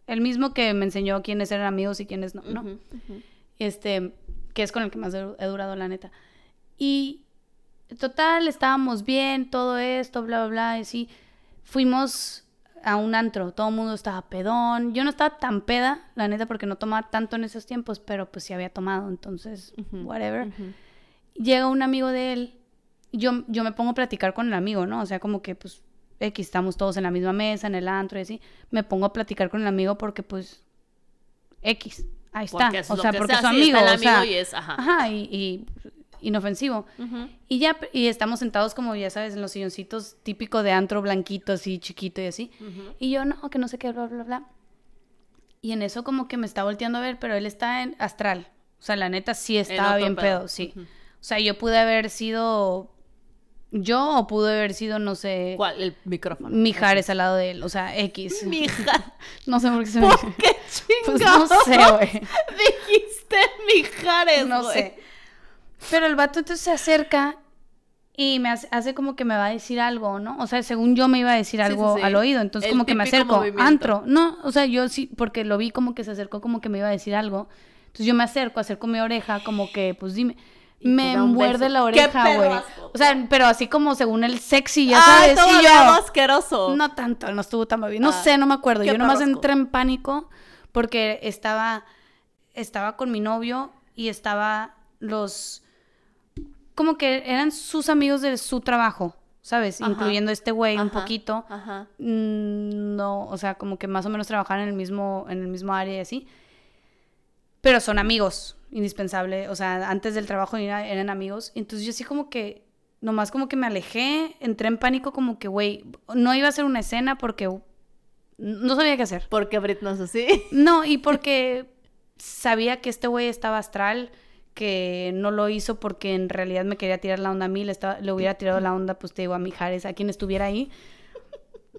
C: el mismo que me enseñó quiénes eran amigos y quiénes no, ¿no?
B: Ujú, ujú.
C: Este, que es con el que más he he durado, la neta. Y total, estábamos bien, todo esto, bla, bla, bla, y sí. Fuimos a un antro, todo el mundo estaba pedón. Yo no estaba tan peda, la neta, porque no tomaba tanto en esos tiempos, pero pues sí había tomado, entonces,
B: Ujú,
C: whatever.
B: ujú.
C: Llega un amigo de él, yo, yo me pongo a platicar con el amigo, ¿no? O sea, como que pues, X, estamos todos en la misma mesa, en el antro y así. Me pongo a platicar con el amigo porque pues, X, ahí está.
B: Porque es
C: o
B: lo
C: sea,
B: que
C: porque
B: sea,
C: su
B: sí,
C: amigo,
B: está el
C: o sea,
B: amigo y es, ajá.
C: ajá, y- y inofensivo. Y ya, y estamos sentados como, ya sabes, en los silloncitos típico de antro blanquito, así, chiquito y así. Y yo, no, que no sé qué, bla, bla, bla. Y en eso como que me está volteando a ver, pero él está en astral. O sea, la neta sí estaba
B: otro
C: bien
B: pedo.
C: pedo, sí.
B: Ujú.
C: O sea, yo pude haber sido yo o pude haber sido, no sé,
B: ¿Cuál? El micrófono.
C: Mijares al lado de él. O sea, X.
B: Mija.
C: No sé por qué se me...
B: ¿Por qué
C: Pues no
B: chingados
C: sé, güey.
B: dijiste Mijares,
C: No
B: güey?
C: sé. Pero el vato entonces se acerca y me hace, hace como que me va a decir algo, ¿no? O sea, según yo me iba a decir
B: Sí,
C: algo
B: sí, sí.
C: al oído, entonces
B: El
C: como que me
B: típico
C: acerco,
B: movimiento.
C: antro. No, o sea, yo sí, porque lo vi como que se acercó como que me iba a decir algo. Entonces yo me acerco, acerco mi oreja, como que, pues dime.
B: Y
C: Me
B: te da un
C: muerde
B: beso.
C: la
B: ¡Qué
C: oreja,
B: perro
C: güey.
B: asco! Ah,
C: O sea, pero así como según el sexy, ya
B: Ay,
C: sabes. y
B: todavía
C: yo,
B: más asqueroso.
C: no tanto, no estuvo tan bien. No
B: Ah,
C: sé, no me acuerdo.
B: qué
C: Yo nomás
B: perrasco.
C: entré en pánico porque estaba, estaba con mi novio y estaba los... Como que eran sus amigos de su trabajo, ¿sabes?
B: Ajá.
C: Incluyendo este güey un
B: Ajá,
C: poquito.
B: Ajá.
C: Mm, No, o sea, como que más o menos trabajaban en el mismo, en el mismo área y así. Pero son amigos, indispensable. O sea, antes del trabajo era- eran amigos. Entonces yo sí como que, nomás como que me alejé, entré en pánico como que, güey, no iba a hacer una escena porque no sabía qué hacer.
B: ¿Por qué Brit no es así?
C: No, y porque sabía que este güey estaba astral, que no lo hizo porque en realidad me quería tirar la onda a mí, le, estaba- le hubiera tirado la onda, pues te digo, a Mijares, a quien estuviera ahí.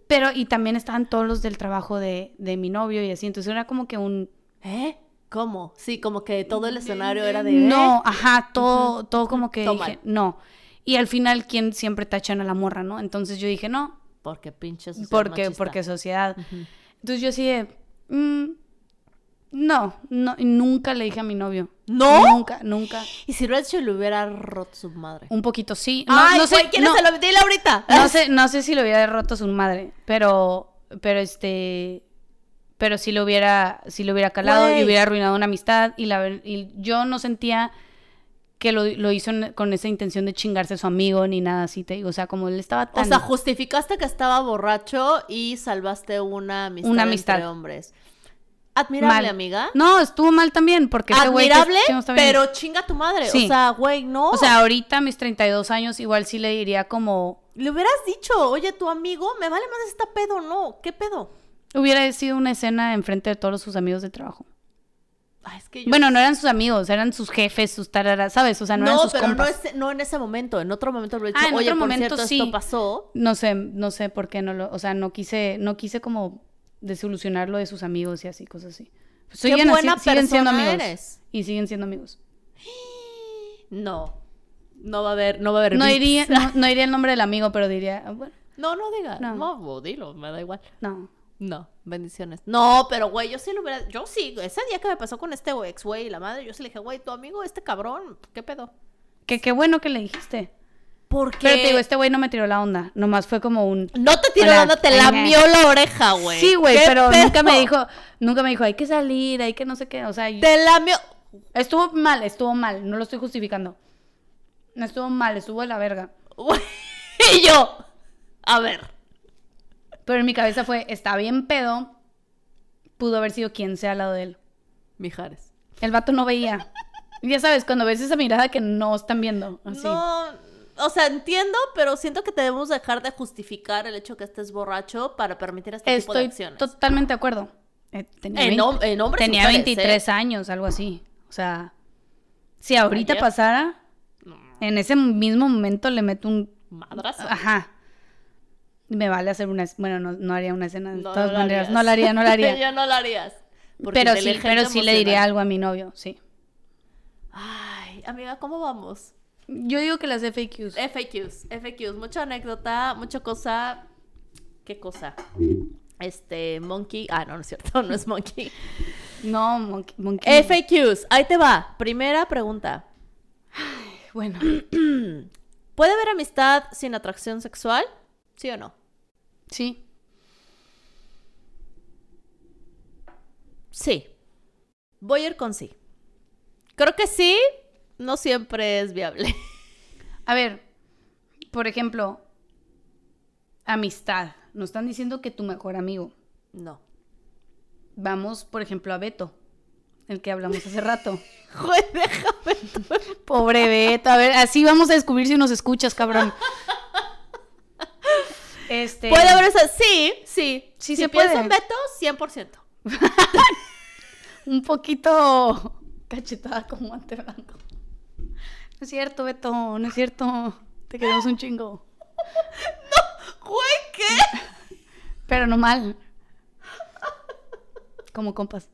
C: Pero, y también estaban todos los del trabajo de, de mi novio y así, entonces era como que un...
B: ¿Eh? ¿Cómo? Sí, como que todo el escenario era de... ¿eh?
C: No, ajá, todo, todo como que
B: Todo
C: dije,
B: mal.
C: no. Y al final, quien siempre tachan a la morra, ¿no? Entonces yo dije, no,
B: ¿eh? Porque pinches.
C: porque, porque sociedad. Entonces yo así de, mm, no, no, y nunca le dije a mi novio.
B: ¿No?
C: Nunca, nunca.
B: Y si Red le hubiera roto su madre.
C: Un poquito sí. No,
B: Ay,
C: no sé,
B: güey, ¿quién
C: no,
B: se lo Dile ahorita? Ah.
C: no sé, no sé si le hubiera roto su madre, pero, pero este, pero sí lo hubiera, sí lo hubiera calado y
B: Güey.
C: hubiera arruinado una amistad y la, ver- y yo no sentía que lo, lo hizo en- con esa intención de chingarse a su amigo ni nada así, te digo, o sea, como él estaba
B: O
C: tan...
B: sea, justificaste que estaba borracho y salvaste una amistad,
C: Una amistad.
B: entre hombres. Admirable,
C: mal.
B: amiga.
C: No, estuvo mal también, porque ese güey que
B: Admirable,
C: chingos también-
B: pero chinga tu madre.
C: Sí.
B: O sea, güey, no.
C: O sea, ahorita a mis 32 años igual sí le diría como
B: le hubieras dicho, oye, tu amigo, me vale más está pedo, no. ¿Qué pedo?
C: hubiera sido una escena enfrente de todos sus amigos de trabajo.
B: Ay, Ah, es que yo-
C: Bueno, no eran sus amigos, eran sus jefes, sus tararas, ¿sabes? O sea, no,
B: no,
C: eran sus
B: pero no,
C: compas.
B: es- no en ese momento. En otro momento lo he
C: Ah,
B: dicho,
C: en
B: oye,
C: otro
B: por
C: momento
B: cierto,
C: sí.
B: esto pasó.
C: No sé, no sé por qué no lo, o sea, no quise, no quise como desilusionar lo de sus amigos y así, cosas así. Pues Siguen así-
B: buena
C: siguen
B: persona
C: siendo amigos.
B: eres.
C: Y siguen siendo amigos.
B: No. No va a haber, no va a haber
C: No
B: beats.
C: diría, no, no diría el nombre del amigo, pero diría, ah, bueno,
B: No, no digas.
C: No.
B: No. bo- dilo, me da igual.
C: no.
B: No, bendiciones. No, pero güey, yo sí lo hubiera. Yo sí, ese día que me pasó con este güey, ex güey y la madre, yo sí le dije, güey, tu amigo, este cabrón, ¿qué pedo?
C: Que qué bueno que le dijiste.
B: Porque.
C: Pero te digo, este güey no me tiró la onda, nomás fue como un
B: No te tiró
C: Hola.
B: la onda, te
C: Hola.
B: lamió la oreja, güey.
C: Sí, güey,
B: ¿Qué
C: pero
B: pedo?
C: nunca me dijo, nunca me dijo, hay que salir, hay que no sé qué, o sea,
B: Te lamió.
C: estuvo mal, estuvo mal, no lo estoy justificando. No estuvo mal, estuvo de la verga.
B: Güey, Y yo. A ver.
C: Pero en mi cabeza fue, está bien pedo, pudo haber sido quien sea al lado de él.
B: Mijares.
C: El vato no veía. ya sabes, cuando ves esa mirada que no están viendo, así.
B: No. este O sea, entiendo, pero siento que debemos dejar de justificar el hecho que estés borracho para permitir este tipo de
C: Estoy
B: acciones.
C: totalmente de acuerdo. Eh, tenía
B: En
C: 20
B: hom- en hombres y
C: tenía
B: mujeres, ¿eh?
C: 23 años, algo así. O sea, si ahorita
B: Ayer.
C: pasara, en ese mismo momento le meto un
B: Madrazo.
C: Ajá. Me vale hacer una... es- Bueno, no, no haría una escena de
B: No,
C: todas
B: no lo
C: maneras.
B: harías.
C: No la haría, no la haría.
B: Yo no lo harías. Porque
C: pero sí,
B: inteligente
C: pero sí le diría
B: emocional.
C: algo a mi novio, sí.
B: Ay, amiga, ¿cómo vamos?
C: Yo digo que las FAQs.
B: FAQs, FAQs. Mucha anécdota, mucha cosa. ¿Qué cosa? Este, Monkey. Ah, no, no es cierto, no es Monkey.
C: No, monkey. monkey.
B: FAQs, ahí te va. Primera pregunta.
C: Bueno.
B: ¿Puede haber amistad sin atracción sexual? ¿Sí o no?
C: Sí.
B: Sí. Voy a ir con sí. Creo que sí, no siempre es viable.
C: A ver, por ejemplo, amistad. Nos están diciendo que tu mejor amigo.
B: No.
C: Vamos, por ejemplo, a Beto, el que hablamos hace rato.
B: Joder, déjame. tú.
C: Pobre Beto, a ver, así vamos a descubrir si nos escuchas, cabrón. Este,
B: ¿Puede haber esa? Sí, sí.
C: Sí
B: si
C: se
B: pienso
C: puede.
B: en Beto, 100%.
C: un poquito cachetada con guante blanco. No es cierto, Beto, no es cierto. Te queremos un chingo.
B: Güey, ¿qué?
C: Pero no mal. Como compas.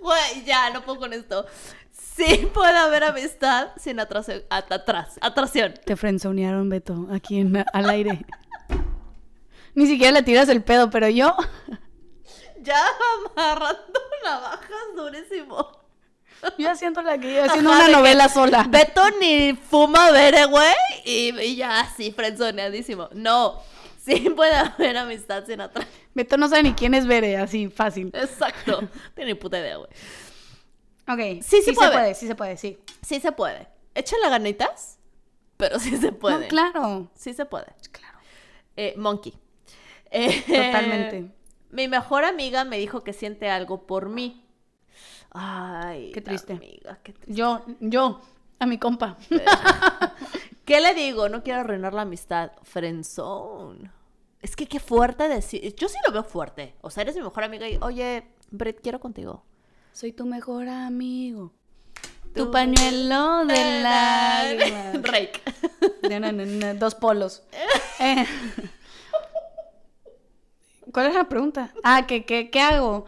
B: Güey, ya, no puedo con esto. Sí puede haber amistad sin atracción. at- atrás, atracción.
C: Te frenzonearon, Beto, aquí en- al aire. Ni siquiera le tiras el pedo, pero yo.
B: Ya amarrando navajas durísimo.
C: Yo haciéndole aquí, haciendo una novela sola.
B: Beto ni fuma veré, güey. Y, y ya así, frenzoneadísimo. No, sí puede haber amistad sin atrás.
C: Beto no sabe ni quién es Bere, así, fácil.
B: Exacto. Tiene ni puta idea, güey.
C: Ok.
B: Sí, sí
C: se
B: puede.
C: puede, sí se puede, sí.
B: Sí se puede. Échale ganitas, pero sí se puede.
C: No, claro.
B: Sí se puede.
C: Claro.
B: Eh, monkey. Eh,
C: Totalmente.
B: Mi mejor amiga me dijo que siente algo por mí. Ay,
C: Qué
B: la
C: triste.
B: Amiga, qué triste.
C: Yo, yo, a mi compa.
B: ¿Qué le digo? No quiero arruinar la amistad. Friendzone. Es que qué fuerte decir. Yo sí lo veo fuerte. O sea, eres mi mejor amiga y, oye, Brett, quiero contigo.
C: Soy tu mejor amigo.
B: Tú-
C: Tu pañuelo de lágrimas.
B: Rake.
C: Na, na, na, na, Dos polos. Eh. ¿Cuál es la pregunta? Ah, ¿qué, qué, qué hago?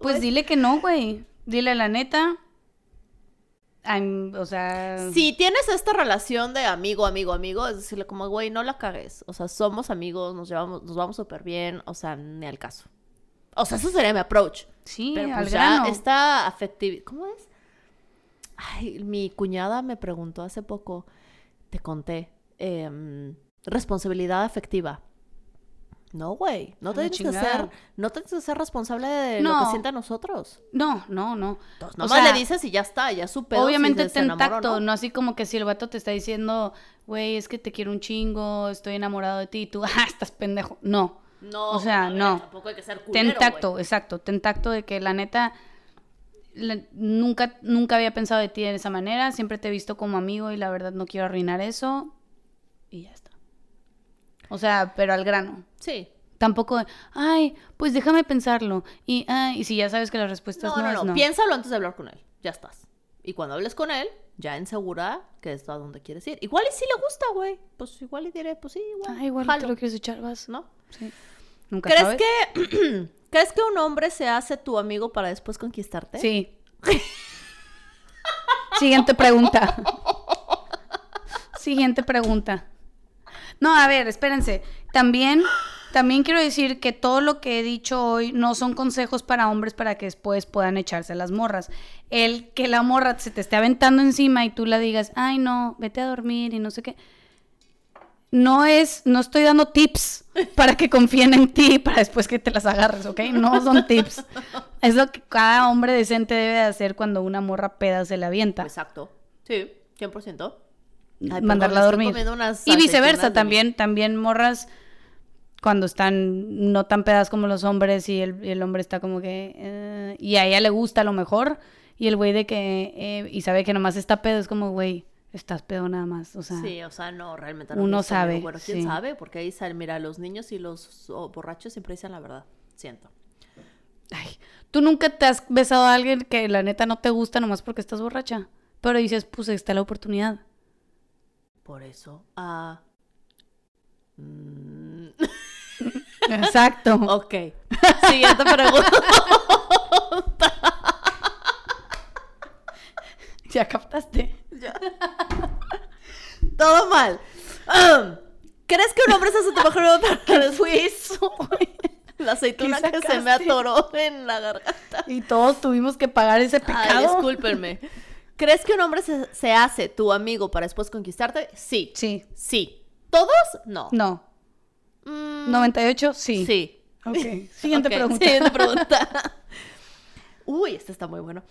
C: Pues dile que no, güey. Dile la neta. Ay, o sea.
B: Si tienes esta relación de amigo, amigo, amigo, es decirle como, güey, no la cagues. O sea, somos amigos, nos llevamos, nos vamos súper bien. O sea, ni al caso. O sea, ese sería mi approach.
C: Sí,
B: Pero
C: al
B: pues ya
C: grano.
B: esta afectividad. ¿Cómo es? Ay, mi cuñada me preguntó hace poco, te conté, em, responsabilidad afectiva. No, güey, no te
C: A Ah, la
B: tienes que ser,
C: chingada.
B: no te tienes que ser responsable de lo que
C: No.
B: sientan nosotros.
C: No, no, no.
B: Entonces,
C: O
B: nomás
C: sea,
B: le dices y ya está, ya supe.
C: Obviamente
B: si se
C: ten
B: enamoró o
C: tacto,
B: no.
C: no. así como que si el vato te está diciendo, güey, es que te quiero un chingo, estoy enamorado de ti, y tú, ah, estás pendejo. No.
B: No,
C: o sea,
B: a ver,
C: no.
B: Tampoco hay que ser culero,
C: Ten
B: güey.
C: tacto, exacto, ten tacto de que la neta la- nunca nunca había pensado de ti de esa manera, siempre te he visto como amigo y la verdad no quiero arruinar eso y ya está. O sea, pero al grano.
B: Sí.
C: Tampoco, ay, pues déjame pensarlo y ay, y si ya sabes que las respuestas
B: No,
C: no,
B: no,
C: es
B: no,
C: no.
B: Piénsalo antes de hablar con él. Ya estás. Y cuando hables con él, ya en segura que es a donde quieres ir. Igual y si le gusta, güey. Pues igual y diré, pues sí, igual.
C: Ay, Ah, igual
B: jalo,
C: te lo quieres echar vas.
B: ¿no?
C: Sí. Nunca
B: ¿Crees
C: sabes.
B: que crees que un hombre se hace tu amigo para después conquistarte?
C: Sí. Siguiente pregunta. Siguiente pregunta. No, a ver, espérense. También, también quiero decir que todo lo que he dicho hoy no son consejos para hombres para que después puedan echarse las morras. El que la morra se te esté aventando encima y tú la digas, ay no, vete a dormir y no sé qué. No es, no estoy dando tips para que confíen en ti para después que te las agarres, ¿ok? No son tips. Es lo que cada hombre decente debe de hacer cuando una morra peda se la avienta.
B: Exacto. Sí, 100%. perdón,
C: mandarla a
B: estoy
C: dormir.
B: comiendo unas
C: Y viceversa,
B: aceitunas de mi-
C: también, también morras cuando están no tan pedas como los hombres y el, y el hombre está como que... eh, y a ella le gusta a lo mejor. Y el güey de que... eh, y sabe que nomás está pedo, es como, güey, estás pedo nada más. O sea,
B: Sí, o sea, no, realmente no.
C: uno
B: es tu amigo.
C: sabe,
B: Bueno, quién
C: sí.
B: sabe, porque ahí sale, mira, los niños y los oh, borrachos siempre dicen la verdad. Siento.
C: ay, tú nunca te has besado a alguien que la neta no te gusta nomás porque estás borracha. Pero dices, pues ahí está la oportunidad.
B: Por eso. Ah. Mm,
C: Exacto.
B: ok. Siguiente pregunta.
C: Ya captaste.
B: Todo mal. Ahem. ¿Crees que un hombre se hace tu mejor amigo para-
C: fue eso,
B: La aceituna
C: ¿Qué
B: que se me
C: sacaste?
B: atoró en la garganta.
C: Y todos tuvimos que pagar ese
B: Ay,
C: pecado.
B: discúlpenme. ¿Crees que un hombre se, se hace tu amigo para después conquistarte? Sí.
C: sí.
B: Sí. ¿Todos? No.
C: No.
B: Mm,
C: 98, sí.
B: sí.
C: Ok, siguiente
B: Ok,
C: pregunta.
B: Siguiente pregunta. Uy, este está muy bueno.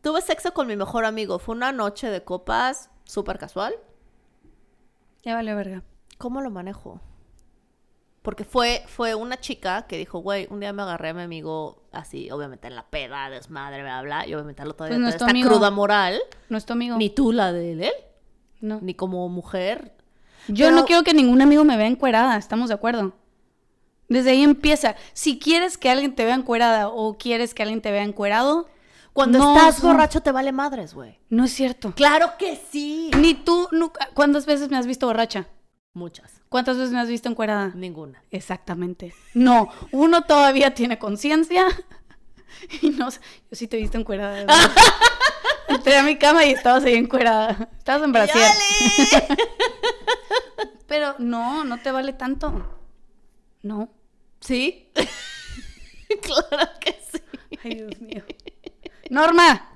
B: Tuve sexo con mi mejor amigo. Fue una noche de copas súper casual.
C: Ya vale verga.
B: ¿Cómo lo manejo? Porque fue, fue una chica que dijo, güey, un día me agarré a mi amigo así, obviamente en la peda, desmadre, bla, bla. Y obviamente lo todavía
C: Pues no
B: trae
C: es tu
B: esta
C: amigo.
B: cruda moral.
C: No es tu amigo.
B: Ni tú la de él, ¿eh?
C: no.
B: ni como mujer.
C: Yo
B: Pero-
C: no quiero que ningún amigo me vea encuerada, estamos de acuerdo. Desde ahí empieza. Si quieres que alguien te vea encuerada o quieres que alguien te vea encuerado,
B: Cuando
C: No,
B: estás
C: no.
B: borracho te vale madres, güey.
C: no es cierto.
B: Claro que sí.
C: Ni tú, nunca- ¿cuántas veces me has visto borracha?
B: Muchas.
C: ¿Cuántas veces me has visto encuerada?
B: Ninguna.
C: Exactamente. No, uno todavía tiene conciencia. Y no, sé, yo sí te he visto encuerada. de verdad. Entré a mi cama y estabas ahí encuerada. Estabas en Brasil.
B: ¡Yale!
C: Pero no, no te vale tanto. No.
B: ¿Sí? claro que sí.
C: Ay, Dios mío. Norma,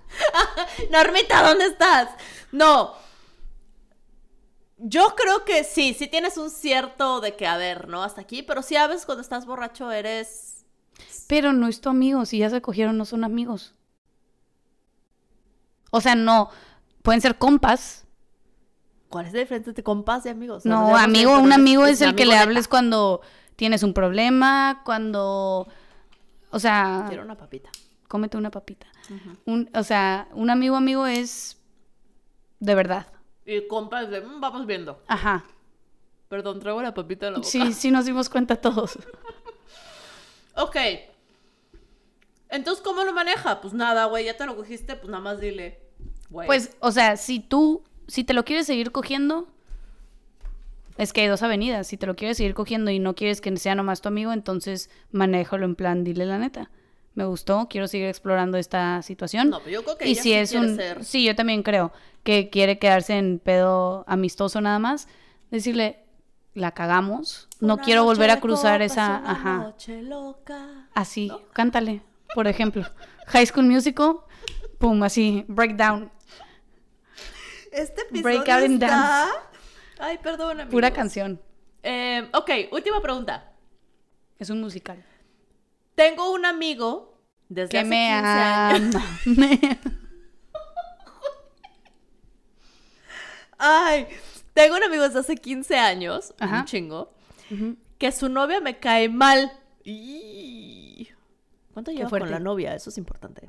B: Normita, ¿dónde estás? No. Yo creo que sí, sí tienes un cierto de que, a ver, ¿no? Hasta aquí, pero sí a veces cuando estás borracho eres...
C: Pero no es tu amigo, si ya se cogieron no son amigos. O sea, no, pueden ser compas.
B: ¿Cuál es la diferencia entre compás y amigos?
C: No,
B: Hablamos de
C: amigo,
B: cuando
C: un
B: eres-
C: amigo
B: un
C: es el que
B: amigo
C: le
B: neta.
C: hables cuando tienes un problema, cuando... O sea,
B: "Ah, Quiero una papita.
C: cómete una papita. Un, o sea, un amigo amigo es de verdad.
B: Y compás de, "Mm, vamos viendo.
C: Ajá.
B: Perdón, traigo la papita en la boca.
C: Sí, sí nos dimos cuenta todos.
B: Ok. Entonces, ¿cómo lo maneja? Pues nada, güey, ya te lo cogiste, pues nada más dile. Güey.
C: Pues, o sea, si tú, si te lo quieres seguir cogiendo, es que hay dos avenidas. Si te lo quieres seguir cogiendo y no quieres que sea nomás tu amigo, entonces manéjalo en plan, dile la neta. Me gustó, quiero seguir explorando esta situación.
B: No, pero yo creo que
C: y
B: ella
C: si
B: sí
C: es
B: quiere
C: un,
B: ser-
C: sí, yo también creo que quiere quedarse en pedo amistoso nada más, decirle, la cagamos, no
B: Una
C: quiero
B: noche
C: volver a
B: de
C: cruzar
B: copas,
C: esa,
B: una
C: ajá.
B: noche loca.
C: Así, cántale, por ejemplo. High School Musical, pum, así, breakdown.
B: Este episodio
C: Break out and
B: está...
C: dance.
B: Ay, perdón, amigos.
C: Pura canción.
B: Eh, ok, última pregunta.
C: Es un musical.
B: Tengo un amigo desde
C: Que
B: hace
C: me
B: 15 años.
C: ama. Me-
B: Ay, tengo un amigo desde hace 15 años,
C: Ajá.
B: un chingo, que su novia me cae mal. Y- ¿Cuánto lleva
C: fuerte.
B: con la novia? Eso es importante.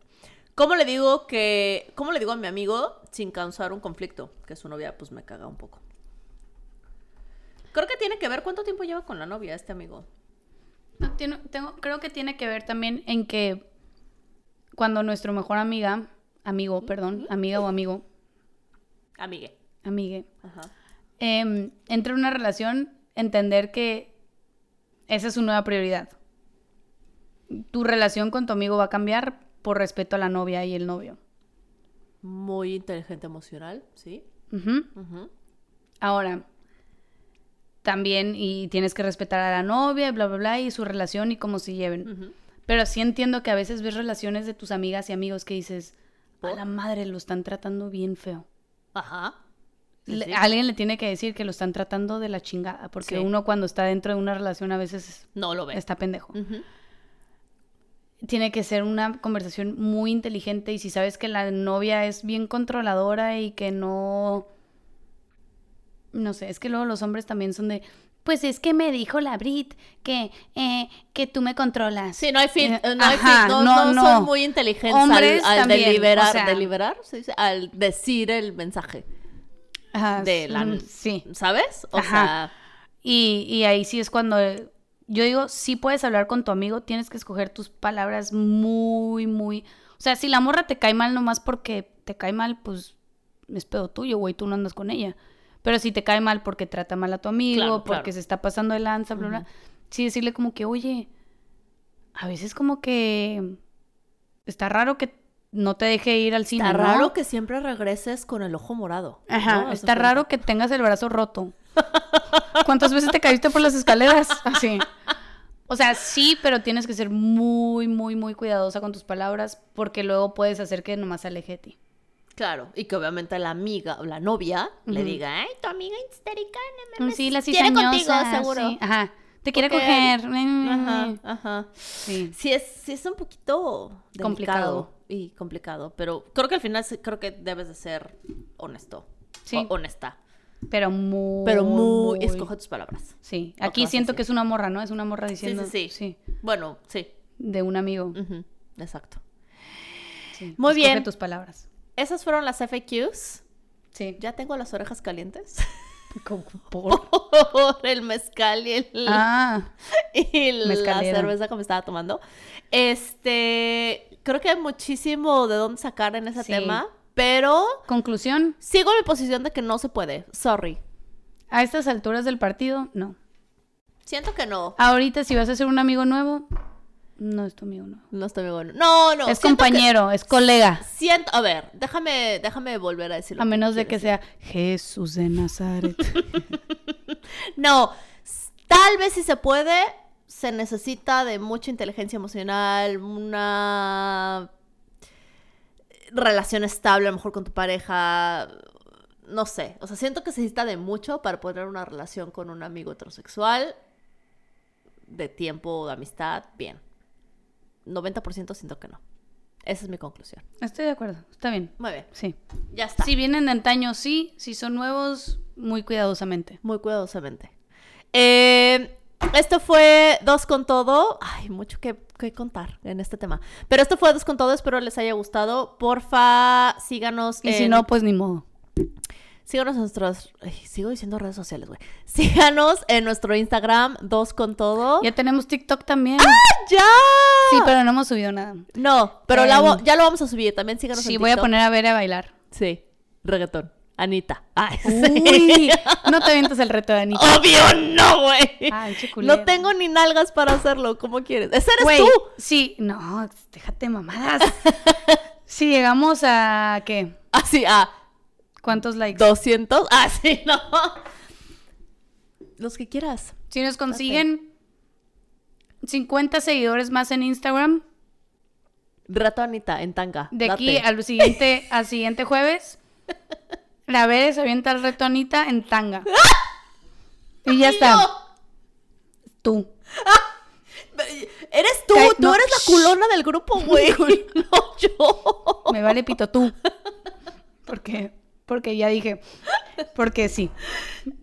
B: ¿Cómo le digo que cómo le digo a mi amigo sin causar un conflicto, que su novia pues me caga un poco? Creo que tiene que ver cuánto tiempo lleva con la novia este amigo.
C: No, tiene- tengo- creo que tiene que ver también en que cuando nuestro mejor amiga, amigo, perdón, amiga o amigo,
B: Amigue.
C: amigue,
B: Ajá.
C: em, entra en una relación, entender que esa es su nueva prioridad. Tu relación con tu amigo va a cambiar por respeto a la novia y el novio.
B: Muy inteligente emocional, ¿sí?
C: Ujú.
B: Ujú.
C: Ahora, también, y tienes que respetar a la novia, bla, bla, bla, y su relación y cómo se lleven.
B: Ujú.
C: Pero sí entiendo que a veces ves relaciones de tus amigas y amigos que dices, a la madre, lo están tratando bien feo.
B: Ajá.
C: Le-
B: Sí.
C: Alguien le tiene que decir que lo están tratando de la chingada, porque
B: Sí.
C: uno cuando está dentro de una relación a veces es-
B: No lo ves.
C: está pendejo.
B: Ujú. Mm.
C: Tiene que ser una conversación muy inteligente y si sabes que la novia es bien controladora y que no... No sé, es que luego los hombres también son de... Pues es que me dijo la Brit que, eh, que tú me controlas.
B: Sí, no hay fin,
C: Eh,
B: eh, no, hay
C: ajá,
B: fin, no,
C: no,
B: no son
C: no.
B: muy inteligentes
C: Hombres
B: al, al
C: también,
B: deliberar,
C: o sea-
B: deliberar, sí, sí, al decir el mensaje,
C: Ajá,
B: de la-
C: mm, Sí.
B: ¿sabes? O
C: Ajá. Y, y ahí sí es cuando eh, yo digo, sí puedes hablar con tu amigo, tienes que escoger tus palabras muy, muy... O sea, si la morra te cae mal nomás porque te cae mal, pues es pedo tuyo, güey, tú no andas con ella. Pero si te cae mal porque trata mal a tu amigo,
B: Claro,
C: porque
B: claro.
C: se está pasando de lanza, bla, bla, sí decirle como que, oye, a veces como que está raro que no te deje ir al
B: sea,
C: cine.
B: está
C: ¿no?
B: raro que siempre regreses con el ojo morado.
C: Ajá,
B: ¿no? Haz de
C: está
B: cuenta.
C: raro que tengas el brazo roto. ¿Cuántas veces te caíste por las escaleras? Así. O sea, sí, pero tienes que ser muy, muy, muy cuidadosa con tus palabras porque luego puedes hacer que nomás se aleje de ti.
B: Claro, y que obviamente la amiga o la novia le
C: Ujú. Mm,
B: diga, ay, tu amiga histérica, no mames,
C: Sí, la
B: quiere
C: cizañosa.
B: contigo, seguro.
C: sí. Ajá. Te quiere
B: Ok.
C: coger. Mm,
B: Ajá, ajá.
C: Sí.
B: Sí es, sí es un poquito delicado
C: Complicado.
B: y complicado, pero creo que al final sí- creo que debes de ser honesto.
C: Sí.
B: o- honesta.
C: Pero muy.
B: Pero muy, escoge tus palabras.
C: Sí.
B: O
C: Aquí
B: cosas
C: siento
B: así.
C: que es una morra, ¿no? Es una morra
B: Sí,
C: diciendo.
B: sí, sí, Bueno, sí.
C: De un amigo.
B: ujú, Exacto.
C: Sí.
B: Muy
C: Escoge
B: bien.
C: tus palabras.
B: Esas fueron las FAQs.
C: Sí.
B: Ya tengo las orejas calientes
C: Como por-
B: por el mezcal y el,
C: Ah,
B: y la
C: Mezcalero.
B: cerveza que me estaba tomando. Este, creo que hay muchísimo de dónde sacar en ese
C: Sí.
B: tema, pero
C: conclusión.
B: sigo en mi posición de que no se puede. Sorry.
C: A estas alturas del partido, no.
B: Siento que no.
C: Ahorita si vas a ser un amigo nuevo, no es tu amigo nuevo.
B: Ah, No estoy muy bueno. No, no.
C: es
B: siento que-
C: compañero, es colega.
B: siento, a ver, déjame, déjame volver a decirlo.
C: A menos de que sea Jesús de Nazaret.
B: No, s- tal vez si se puede, se necesita de mucha inteligencia emocional, una relación estable a lo mejor con tu pareja, no sé. O sea, siento que se necesita de mucho para poder tener una relación con un amigo heterosexual, de tiempo, de amistad, bien. 90% siento que no. Esa es mi conclusión.
C: Estoy de acuerdo, está bien.
B: Muy bien,
C: Sí.
B: ya está.
C: Si vienen de antaño, sí. Si son nuevos, muy cuidadosamente.
B: Muy cuidadosamente. Eh, esto fue Dos con Todo. Ay, mucho que, que contar en este tema. Pero esto fue Dos con Todo. Espero les haya gustado. Porfa, síganos.
C: Y si
B: en-
C: no, pues ni modo.
B: Síganos en nuestros. ay, sigo diciendo redes sociales, güey. Síganos en nuestro Instagram, Dos con Todo.
C: Ya tenemos TikTok también.
B: ¡Ya!
C: Sí, pero no hemos subido nada.
B: No, pero la
C: Em,
B: vo- ya lo vamos a subir. También síganos en
C: Sí, voy a
B: TikTok.
C: poner a ver a bailar.
B: Sí, reggaetón. Anita. Ay, sí.
C: Uy, no te avientas el reto de Anita.
B: Obvio no, güey.
C: Ay, che culera.
B: no tengo ni nalgas para hacerlo. ¿Cómo quieres? ¡Ese eres
C: Güey,
B: tú!
C: Sí, no, déjate mamadas. si llegamos a qué?
B: Así, ah, a
C: ¿Cuántos likes?
B: 200. Así, no. Los que quieras.
C: Si nos consiguen 50 seguidores más en Instagram,
B: Rato Anita en tanga.
C: de aquí
B: date.
C: al siguiente, al siguiente jueves, la Bere se avienta el reto Anita en tanga. Y ya está.
B: No,
C: Tú.
B: Eres tú,
C: Ca-
B: tú
C: no,
B: eres la
C: shh.
B: culona del grupo, güey. No yo.
C: Me vale pito tú. Porque, porque ya dije. Porque sí.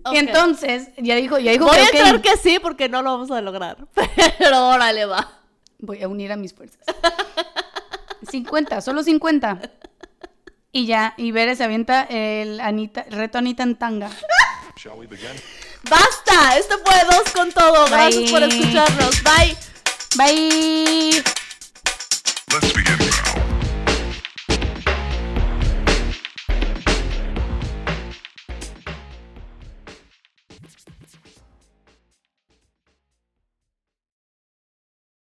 B: Ok.
C: Y entonces, ya dijo, ya dijo
B: Voy a
C: creo que-
B: entrar que sí porque no lo vamos a lograr. Pero órale, va.
C: Voy a unir a mis fuerzas. 50, solo 50. Y ya, y Bere se avienta el Anita, reto Anita en tanga.
D: Shall we begin?
B: ¡Basta! Esto fue dos con todo. Gracias
C: Bye.
B: por escucharnos. Bye.
C: Bye.